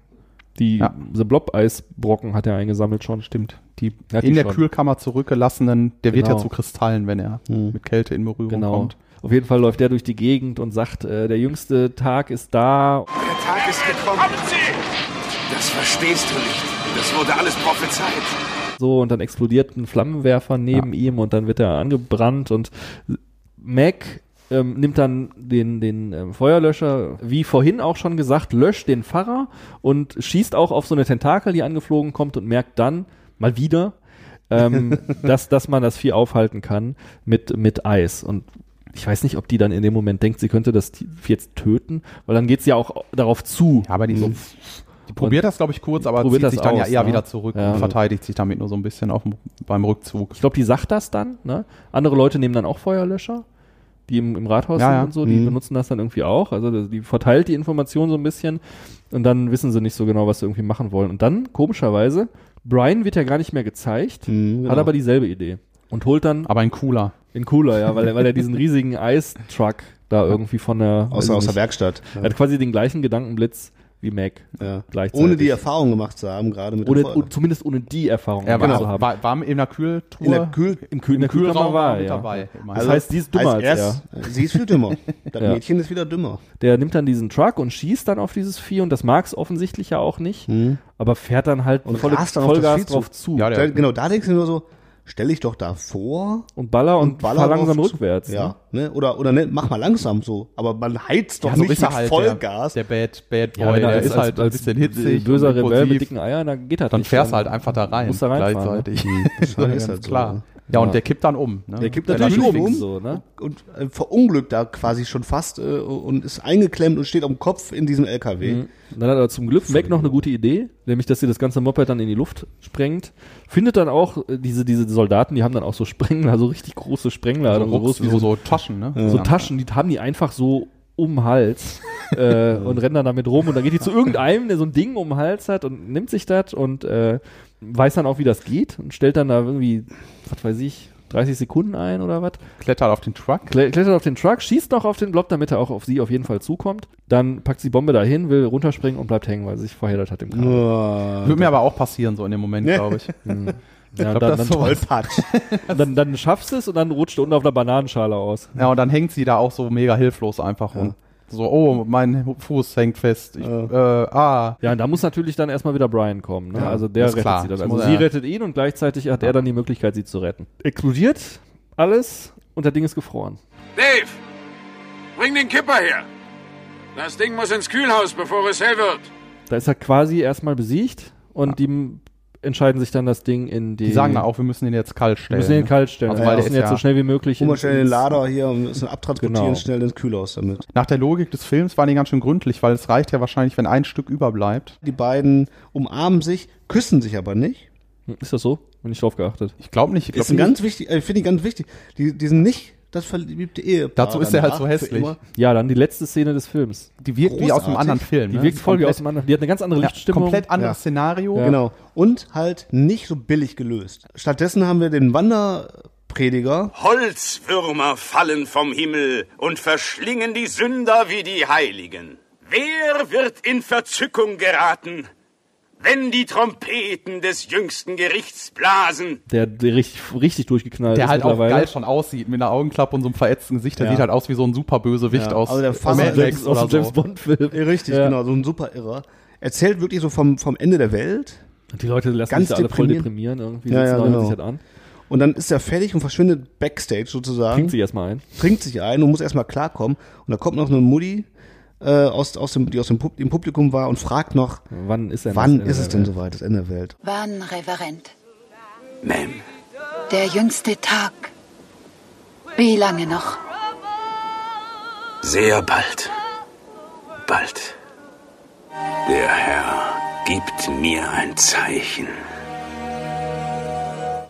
die Ja. The Blob-Eisbrocken hat er eingesammelt schon. Stimmt. Die Hat die in der schon. Kühlkammer zurückgelassenen, der wird Genau. Hm. ja zu Kristallen, wenn er mit Kälte in Berührung Genau. kommt. Auf jeden Fall läuft der durch die Gegend und sagt, äh, der jüngste Tag ist da. Der Tag ist gekommen. Das verstehst du nicht. Das wurde alles prophezeit. So, und dann explodiert ein Flammenwerfer neben ihm und dann wird er angebrannt und Mac ähm, nimmt dann den, den ähm, Feuerlöscher, wie vorhin auch schon gesagt, löscht den Pfarrer und schießt auch auf so eine Tentakel, die angeflogen kommt und merkt dann mal wieder, ähm, dass, dass man das Vieh aufhalten kann mit, mit Eis. Und ich weiß nicht, ob die dann in dem Moment denkt, sie könnte das Tier jetzt töten, weil dann geht es ja auch darauf zu. Ja, aber die, die probiert das, glaube ich, kurz, aber Mhm. probiert zieht das sich dann aus, ja eher ne? wieder zurück Ja. und verteidigt sich damit nur so ein bisschen auf, dem- beim Rückzug. Ich glaube, die sagt das dann. Ne? Andere Leute nehmen dann auch Feuerlöscher, die im, im Rathaus Ja, sind ja. und so, die Mhm. benutzen das dann irgendwie auch. Also das- die verteilt die Information so ein bisschen und dann wissen sie nicht so genau, was sie irgendwie machen wollen. Und dann, komischerweise, Brian wird ja gar nicht mehr gezeigt, hat genau. aber dieselbe Idee und holt dann. Aber in cooler. In cooler, ja, weil, er- weil er diesen <laughs> riesigen Eistruck da irgendwie von der. Aus- weiß ich aus der nicht. Werkstatt. Er Also hat quasi den gleichen Gedankenblitz wie Mac. Gleichzeitig. Ohne die Erfahrung gemacht zu haben, gerade mit dem Ohne- Feuer. und zumindest ohne die Erfahrung Er war, gemacht zu haben. also war, war in der Kühltruhe. In der Kühl- im Kühl- in der Kühlkammer Kühlraum war er, mit ja. dabei. Also Das heißt, die ist dümmer als er. Sie ist viel <laughs> dümmer. Das Ja. Mädchen ist wieder dümmer. Der nimmt dann diesen Truck und schießt dann auf dieses Vieh und das mag es offensichtlich ja auch nicht, Mhm. aber fährt dann halt Und volle- rast dann auf das Vollgas Vieh zu. drauf zu. Ja, der- genau, da denkst du nur so, stell dich doch da vor. Und baller und fahr drauf langsam zu. rückwärts, ne? Ja, ne? oder, oder ne, mach mal langsam so. Aber man heizt doch nicht mit halt, Vollgas. halt Der, der Bad, Bad Ja, Boy, wenn er der als- ist als- halt als ein bisschen hitzig. böser und Rebell impulsiv. mit dicken Eiern, dann geht das Dann nicht. fährst Dann du halt einfach da rein. musst du reinfahren, <laughs> Gleichzeitig. ne? Das ist Ja, ja ist ganz halt so, klar. ne? Ja, und Ja. der kippt dann um. Ne? Der kippt Der natürlich läuft um, links. so, ne? und, und äh, verunglückt da quasi schon fast äh, und ist eingeklemmt und steht am Kopf in diesem LKW. Mhm. Dann hat er zum Glück Mac noch eine gute Idee, nämlich, dass sie das ganze Moped dann in die Luft sprengt. Findet dann auch äh, diese, diese Soldaten, die haben dann auch so Sprengler, <laughs> also richtig große Sprengler. also So um. groß Rucks- so- so Taschen, ne? So Ja. Taschen, die haben die einfach so um den Hals. äh, <laughs> und rennt dann damit rum und dann geht die zu irgendeinem, der so ein Ding um den Hals hat und nimmt sich das und äh, weiß dann auch, wie das geht und stellt dann da irgendwie, was weiß ich, 30 Sekunden ein oder was. Klettert auf den Truck. Kle klettert auf den Truck, schießt noch auf den Blob, damit er auch auf sie auf jeden Fall zukommt. Dann packt sie die Bombe dahin, will runterspringen und bleibt hängen, weil sie sich verheddert hat im Kabel. Äh, Würde mir aber auch passieren, so in dem Moment, glaube ich. Hm. Ich <laughs> Ja, glaub, dann, das dann, ist sowas. <laughs> Und dann, dann schaffst du es und dann rutscht du unten auf einer Bananenschale aus. Ja, und dann hängt sie da auch so mega hilflos einfach rum. So, oh, mein Fuß hängt fest. Ich, äh, ah. Ja, und da muss natürlich dann erstmal wieder Brian kommen. Ne? Ja, also der ist rettet klar. sie dann. Das Also muss sie er- rettet ihn und gleichzeitig hat er dann die Möglichkeit, sie zu retten. Explodiert alles und das Ding ist gefroren. Dave! Bring den Kipper her! Das Ding muss ins Kühlhaus, bevor es hell wird. Da ist er quasi erstmal besiegt und die m- entscheiden sich dann das Ding in die. Die sagen da auch, wir müssen ihn jetzt kalt stellen. müssen den kalt stellen, Also, also weil wir der müssen jetzt ist so schnell wie möglich Hol mal ins- schnell den ins- Lader hier und müssen abtransportieren, Genau. schnell ins Kühlhaus damit. Nach der Logik des Films waren die ganz schön gründlich, weil es reicht ja wahrscheinlich, wenn ein Stück überbleibt. Die beiden umarmen sich, küssen sich aber nicht. Ist das so? Bin ich drauf geachtet. Ich glaube nicht. Ich glaub ist ein nicht. ganz wichtig, äh, finde ich ganz wichtig. Die, die sind nicht das verliebte Ehepaar. Dazu ist er halt danach so für hässlich. immer. Ja, dann die letzte Szene des Films. Die wirkt wie aus einem anderen Film. Die ne? wirkt voll wie Komplett- aus einem anderen. Die hat eine ganz andere Ja, Lichtstimmung. Komplett anderes Ja. Szenario. Ja. Genau. Und halt nicht so billig gelöst. Stattdessen haben wir den Wanderprediger. Holzwürmer fallen vom Himmel und verschlingen die Sünder wie die Heiligen. Wer wird in Verzückung geraten, wenn die Trompeten des jüngsten Gerichts blasen? Der, der richtig, richtig durchgeknallt Der ist halt auch mittlerweile. geil schon aussieht, mit einer Augenklappe und so einem verätzten Gesicht. Der Ja. sieht halt aus wie so ein super Bösewicht aus also der aus Fass Mad Max oder so. Bond-Film. Richtig, Ja. genau, so ein super Irrer. Erzählt wirklich so vom, vom Ende der Welt. Und die Leute lassen sich da alle voll deprimieren, irgendwie ja, sitzen ja, alle genau. sich halt an. Und dann ist er fertig und verschwindet backstage sozusagen. Trinkt sich erstmal ein. Trinkt sich ein und muss erstmal klarkommen. Und da kommt noch eine Mutti, äh, aus, aus dem, die aus dem Pub im Publikum war und fragt noch, wann ist, denn wann das äh, Ende ist es der denn Welt? soweit, das Ende der Welt? Wann, Reverend? Ma'am. Der jüngste Tag. Wie lange noch? Sehr bald. Bald. Der Herr gibt mir ein Zeichen.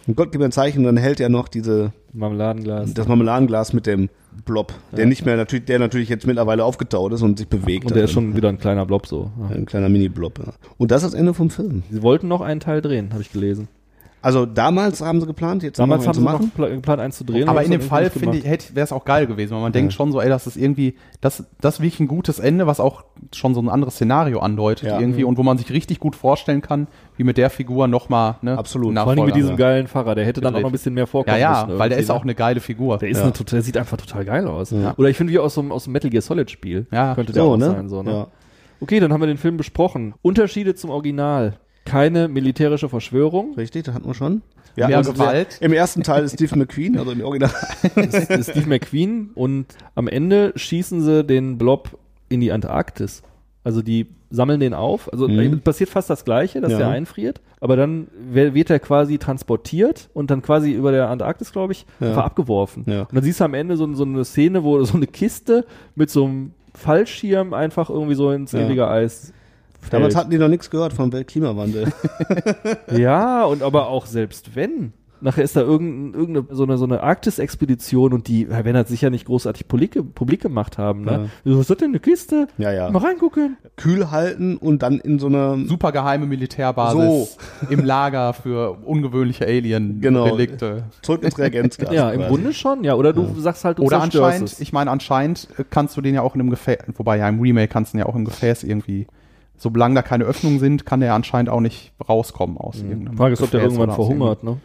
Und Gott gibt mir ein Zeichen und dann hält er noch diese Marmeladenglas. das Marmeladenglas mit dem Blob, der nicht mehr natürlich, der natürlich jetzt mittlerweile aufgetaut ist und sich bewegt. Und der ist schon wieder ein kleiner Blob so. Ja. ein kleiner Mini-Blob. Ja. Und das ist das Ende vom Film. Sie wollten noch einen Teil drehen, habe ich gelesen. Also damals haben sie geplant, jetzt Damals noch einen haben zu sie noch machen. gepla- geplant, eins zu drehen. Aber haben in es dem dann Fall, irgendwie finde nicht ich, wäre es auch geil gewesen, weil man denkt schon so, ey, das ist irgendwie, das, das ist wirklich ein gutes Ende, was auch schon so ein anderes Szenario andeutet Ja. irgendwie Mhm. und wo man sich richtig gut vorstellen kann, wie mit der Figur nochmal, ne? Absolut. Vor allem mit diesem geilen Fahrer, der hätte dann auch noch ein bisschen mehr vorkommen Ja, ja, müssen weil der irgendwie, ist ne? auch eine geile Figur. Der, ist ja. eine, total- der sieht einfach total geil aus. Ja. Oder ich finde, wie aus so einem aus dem Metal Gear Solid Spiel. Ja, könnte der so, Oh, auch ne? sein. So, ne? Ja. Okay, dann haben wir den Film besprochen. Unterschiede zum Original. Keine militärische Verschwörung. Richtig, das hatten wir schon. Ja, also der- Im ersten Teil ist Steve McQueen, also im <laughs> Original. ist Steve McQueen und am Ende schießen sie den Blob in die Antarktis. Also die sammeln den auf. Also Mhm. passiert fast das Gleiche, dass Ja. der einfriert, aber dann wer- wird er quasi transportiert und dann quasi über der Antarktis, glaube ich, Ja. einfach abgeworfen. Ja. Und dann siehst du am Ende so, so eine Szene, wo so eine Kiste mit so einem Fallschirm einfach irgendwie so ins Ja. ewige Eis. Damals fällt. hatten die noch nichts gehört vom <laughs> Weltklimawandel. Ja, und aber auch selbst wenn. Nachher ist da irgendein, irgendeine so eine, so eine Arktis-Expedition und die ja, werden halt sicher nicht großartig publik, publik gemacht haben. Ne? So, Was ist das denn, eine Kiste? Ja, ja. Mal reingucken. Kühl halten und dann in so einer super geheime Militärbasis im Lager für ungewöhnliche Alien-Relikte. Genau. Zurück ins Reagenzglas. ja, im Grunde schon. Ja, oder du sagst halt, du Oder zerstörst anscheinend, es. ich meine, anscheinend äh, kannst du den ja auch in einem Gefäß, wobei ja im Remake kannst du den ja auch im Gefäß irgendwie, solange da keine Öffnungen sind, kann der anscheinend auch nicht rauskommen aus irgendeinem Mhm. Frage ist, ob der Gefäß irgendwann oder aus verhungert. Ne?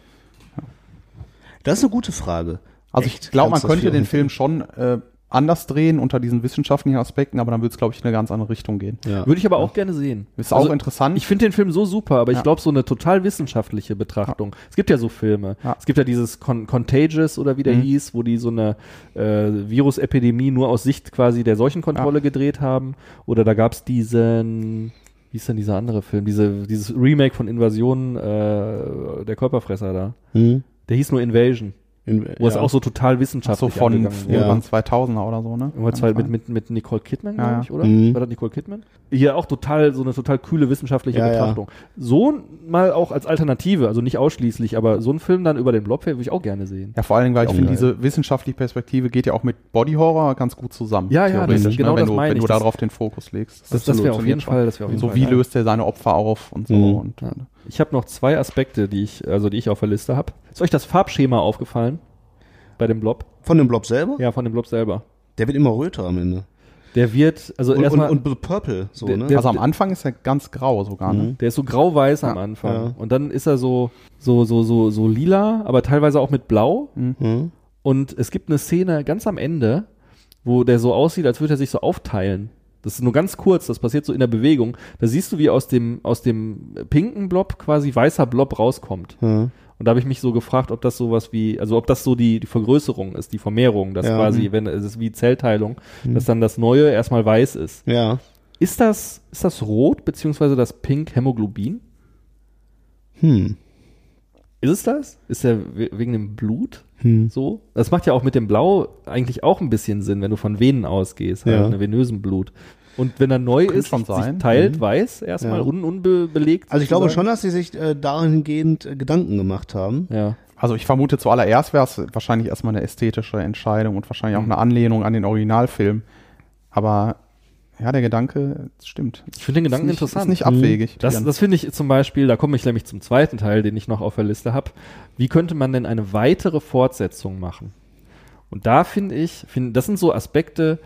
Das ist eine gute Frage. Also ich Echt, glaube, man kannst du könnte viel- den Film schon äh, anders drehen unter diesen wissenschaftlichen Aspekten, aber dann würde es, glaube ich, in eine ganz andere Richtung gehen. Würde ich aber auch gerne sehen. Also, Ist auch interessant. Ich finde den Film so super, aber ich Ja. glaube, so eine total wissenschaftliche Betrachtung. Es gibt ja so Filme. Es gibt ja dieses Con Contagious oder wie der Mhm. hieß, wo die so eine äh, Virusepidemie nur aus Sicht quasi der Seuchenkontrolle gedreht haben. Oder da gab es diesen, wie ist denn dieser andere Film? Diese, dieses Remake von Invasion äh, der Körperfresser da. Mhm. Der hieß nur Invasion. In, wo es auch so total wissenschaftlich Ach so von angegangen wurde. irgendwann 2000er oder so, ne? Irgendwas Kann halt mit, sein. mit, mit Nicole Kidman, Ja, glaube ja. ich, oder? Mhm. War das Nicole Kidman? Hier auch total, so eine total kühle wissenschaftliche Ja, ja. Betrachtung. So mal auch als Alternative, also nicht ausschließlich, aber so einen Film dann über den Blobfair würde ich auch gerne sehen. Ja, vor allen Dingen, weil ich Auch finde, geil. diese wissenschaftliche Perspektive geht ja auch mit Body Horror ganz gut zusammen. Ja, ja, theoretisch, das- genau ne? wenn das du, meine wenn ich. du Das- darauf den Fokus legst. das- das wäre auf jeden Fall- das wäre auf jeden so Fall wie geil. löst er seine Opfer auf und so. Mhm. Und, ne? Ja. Ich habe noch zwei Aspekte, die ich, also die ich auf der Liste habe. Ist euch das Farbschema aufgefallen bei dem Blob? Von dem Blob selber? Ja, von dem Blob selber. Der wird immer röter am Ende. Der wird, also Und- erstmal. und- und purple, so, ne? also am Anfang ist er ganz grau sogar, ne? Der ist so grau-weiß am Anfang. ja. Und dann ist er so, so, so, so, so lila, aber teilweise auch mit blau. Mhm. Und es gibt eine Szene ganz am Ende, wo der so aussieht, als würde er sich so aufteilen. Das ist nur ganz kurz, das passiert so in der Bewegung. Da siehst du, wie aus dem, aus dem pinken Blob quasi weißer Blob rauskommt. Mhm. Und da habe ich mich so gefragt, ob das sowas wie, also ob das so die, die Vergrößerung ist, die Vermehrung, dass Ja. quasi, Mhm. wenn es ist wie Zellteilung, Mhm. dass dann das Neue erstmal weiß ist. Ja. Ist das, ist das Rot beziehungsweise das Pink Hämoglobin? Hm. Ist es das? Ist der we- wegen dem Blut Hm. so? Das macht ja auch mit dem Blau eigentlich auch ein bisschen Sinn, wenn du von Venen ausgehst, halt Ja. eine venösen Blut. Und wenn er neu ist, schon sich sein. teilt, Mhm. weiß, erstmal Ja. un unbelegt. Also ich glaube sozusagen. schon, dass sie sich äh, dahingehend äh, Gedanken gemacht haben. Ja. Also ich vermute zuallererst wäre es wahrscheinlich erstmal eine ästhetische Entscheidung und wahrscheinlich Mhm. auch eine Anlehnung an den Originalfilm. Aber ja, der Gedanke es stimmt. Ich finde den Gedanken ist nicht, interessant. Ist nicht abwegig. Mhm. Das, Jan. das finde ich zum Beispiel, da komme ich nämlich zum zweiten Teil, den ich noch auf der Liste habe. Wie könnte man denn eine weitere Fortsetzung machen? Und da finde ich, find, das sind so Aspekte,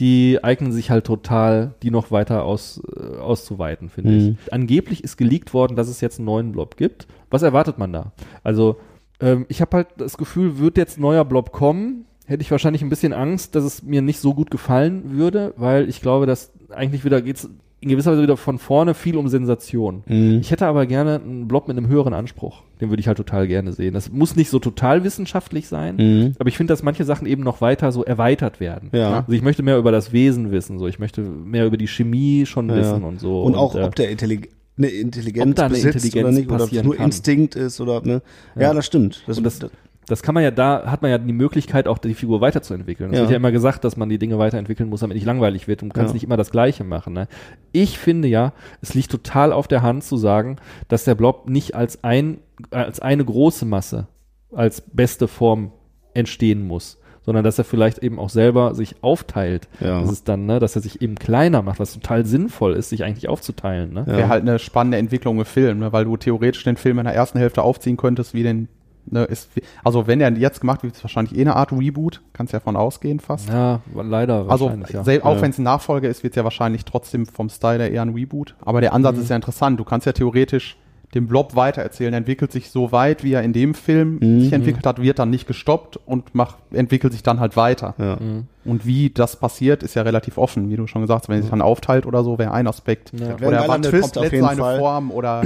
die eignen sich halt total, die noch weiter aus, äh, auszuweiten, finde Mhm. ich. Angeblich ist geleakt worden, dass es jetzt einen neuen Blob gibt. Was erwartet man da? Also, ähm, ich habe halt das Gefühl, wird jetzt ein neuer Blob kommen, hätte ich wahrscheinlich ein bisschen Angst, dass es mir nicht so gut gefallen würde, weil ich glaube, dass eigentlich wieder geht's in gewisser Weise wieder von vorne viel um Sensation. Mhm. Ich hätte aber gerne einen Blob mit einem höheren Anspruch. Den würde ich halt total gerne sehen. Das muss nicht so total wissenschaftlich sein, Mhm. aber ich finde, dass manche Sachen eben noch weiter so erweitert werden. Ja. Also ich möchte mehr über das Wesen wissen, so ich möchte mehr über die Chemie schon Ja. wissen und so. Und auch, äh, ob der Intelligenz. ne, Eine Intelligenz ob da eine besitzt Intelligenz oder nicht, oder ob es passieren nur kann. Instinkt ist oder ne? ja. das stimmt. Das, Und das, das kann man ja da, hat man ja die Möglichkeit, auch die Figur weiterzuentwickeln. Es Ja. wird ja immer gesagt, dass man die Dinge weiterentwickeln muss, damit nicht langweilig wird und du kannst Ja. nicht immer das Gleiche machen. Ne? Ich finde ja, es liegt total auf der Hand zu sagen, dass der Blob nicht als ein, als eine große Masse, als beste Form entstehen muss sondern dass er vielleicht eben auch selber sich aufteilt. Ja. Das ist dann, ne, dass er sich eben kleiner macht, was total sinnvoll ist, sich eigentlich aufzuteilen. Ne? Wäre halt eine spannende Entwicklung im Film, ne? weil du theoretisch den Film in der ersten Hälfte aufziehen könntest, wie den. Ne, ist, wie- also, wenn er jetzt gemacht wird, ist es wahrscheinlich eh eine Art Reboot. Kannst ja davon ausgehen, fast. Ja, leider Also, wahrscheinlich, ja. sel- auch Ja. wenn es ein Nachfolger ist, wird es ja wahrscheinlich trotzdem vom Style her eher ein Reboot. Aber der Ansatz Mhm. ist ja interessant. Du kannst ja theoretisch den Blob weitererzählen. Er entwickelt sich so weit, wie er in dem Film Mhm. sich entwickelt hat, wird dann nicht gestoppt und macht, entwickelt sich dann halt weiter. Mhm. Und wie das passiert, ist ja relativ offen, wie du schon gesagt hast. Wenn er sich Mhm. dann aufteilt oder so, wäre ein Aspekt. Das wär Oder ein er geiler wandelt Twist auf komplett jeden seine Fall. Form oder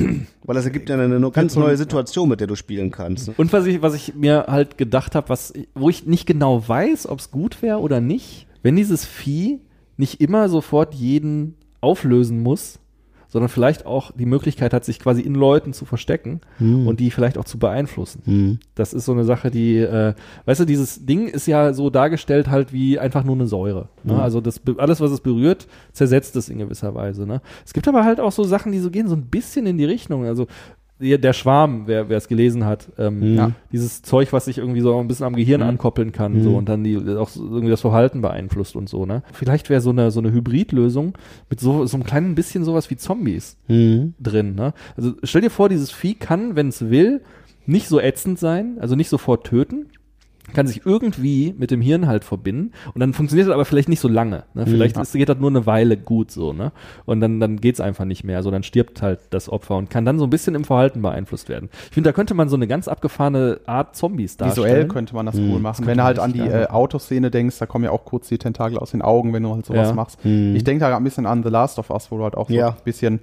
weil das ergibt ja eine, eine ganz neue Situation, mit der du spielen kannst. ne? Und was ich, was ich mir halt gedacht habe, was, wo ich nicht genau weiß, ob es gut wäre oder nicht, wenn dieses Vieh nicht immer sofort jeden auflösen muss, sondern vielleicht auch die Möglichkeit hat, sich quasi in Leuten zu verstecken Hm. und die vielleicht auch zu beeinflussen. Hm. Das ist so eine Sache, die, äh, weißt du, dieses Ding ist ja so dargestellt halt wie einfach nur eine Säure. Ne? Mhm. Also das, be- alles, was es berührt, zersetzt es in gewisser Weise. Ne? Es gibt aber halt auch so Sachen, die so gehen so ein bisschen in die Richtung. Also der der Schwarm, wer wer es gelesen hat, ähm, Mhm. Ja. dieses Zeug, was sich irgendwie so ein bisschen am Gehirn ankoppeln kann Mhm. so und dann die, auch so irgendwie das Verhalten beeinflusst und so. Ne? Vielleicht wäre so eine, so eine Hybridlösung mit so, so einem kleinen bisschen sowas wie Zombies Mhm. drin. Ne? Also stell dir vor, dieses Vieh kann, wenn es will, nicht so ätzend sein, also nicht sofort töten, kann sich irgendwie mit dem Hirn halt verbinden und dann funktioniert das aber vielleicht nicht so lange. Ne? Mhm. Vielleicht Ja. ist, geht das nur eine Weile gut so, ne? Und dann, dann geht's einfach nicht mehr. Also dann stirbt halt das Opfer und kann dann so ein bisschen im Verhalten beeinflusst werden. Ich finde, da könnte man so eine ganz abgefahrene Art Zombies darstellen. Visuell könnte man das cool machen. könnte Wenn du man halt an die richtig geil äh, machen. Autoszene denkst, da kommen ja auch kurz die Tentakel aus den Augen, wenn du halt sowas Ja. machst. Mhm. Ich denke da gerade ein bisschen an The Last of Us, wo du halt auch Ja. so ein bisschen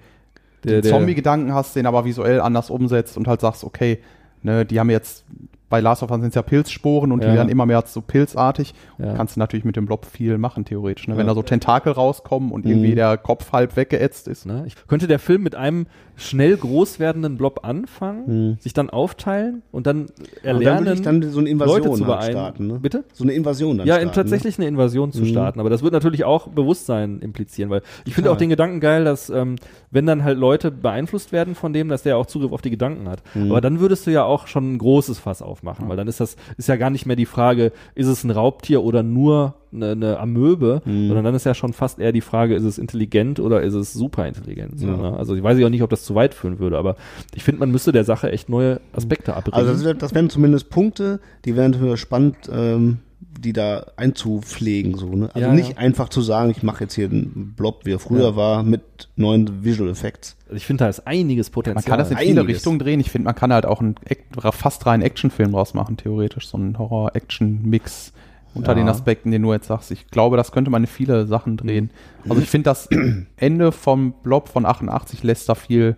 Der- den der- Zombie-Gedanken hast, den aber visuell anders umsetzt und halt sagst, okay, ne, die haben jetzt Bei Last of Us sind es ja Pilzsporen und Ja. die werden immer mehr so pilzartig. Ja. Kannst du natürlich mit dem Blob viel machen, theoretisch. Ne? Wenn Ja. da so Tentakel rauskommen und irgendwie Mhm. der Kopf halb weggeätzt ist. Ne? Ich, könnte der Film mit einem schnell groß werdenden Blob anfangen, sich dann aufteilen und dann Mhm. dann erlernen, würde ich dann so eine Invasion Leute zu halt beein- starten, ne? Bitte? So eine Invasion dann Ja, starten, ne? in tatsächlich eine Invasion zu Mhm. starten. Aber das wird natürlich auch Bewusstsein implizieren, weil ich finde auch Total. den Gedanken geil, dass ähm, wenn dann halt Leute beeinflusst werden von dem, dass der auch Zugriff auf die Gedanken hat. Mhm. Aber dann würdest du ja auch schon ein großes Fass aufmachen, weil dann ist das ist ja gar nicht mehr die Frage, ist es ein Raubtier oder nur eine, eine Amöbe, Mhm. sondern dann ist ja schon fast eher die Frage, ist es intelligent oder ist es superintelligent. So, Ja. ne? Also ich weiß ja auch nicht, ob das zu weit führen würde, aber ich finde, man müsste der Sache echt neue Aspekte abbringen. Also das, wär- das wären zumindest Punkte, die wären für spannend, ähm, die da einzupflegen. So, ne? Also Ja, nicht ja. einfach zu sagen, ich mache jetzt hier einen Blob, wie er früher Ja. war, mit neuen Visual Effects. Also ich finde, da ist einiges Potenzial. Man kann das in viele Richtungen drehen. Ich finde, man kann halt auch einen Act- fast reinen Actionfilm draus machen, theoretisch. So einen Horror-Action-Mix unter Ja. Mhm. den Aspekten, den du jetzt sagst. Ich glaube, das könnte man in viele Sachen drehen. Also ich <clears throat> finde, das Ende vom Blob von 88 lässt da viel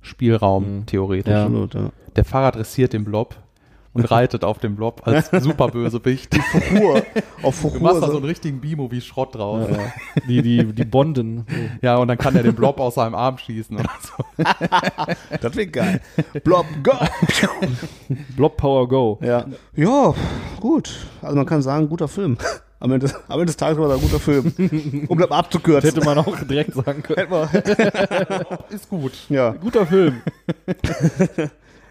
Spielraum, theoretisch. Mhm. Ja. Absolut, ja. Der Fahrer dressiert den Blob <laughs> und reitet auf den Blob als Superbösewicht. Auf Du machst da so einen richtigen B-Movie-Schrott draus. Ja, ja. Die, die, <laughs> die Bonden. Ja, und dann kann er den Blob aus seinem <laughs> Arm schießen oder so. das wird geil. Blob, go! Blob Power Go. <laughs> Ja. ja, gut. Also man kann sagen, guter Film. Am Ende, des- am Ende des Tages war das ein guter Film. Um das abzukürzen. Hätte man auch direkt sagen können. Ist gut. Ja. Guter Film.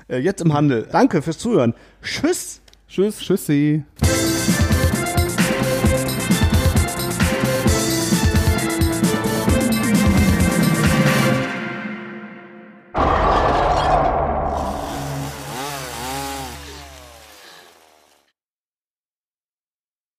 Äh, Jetzt im Handel. Danke fürs Zuhören. Tschüss. Tschüss. Tschüssi.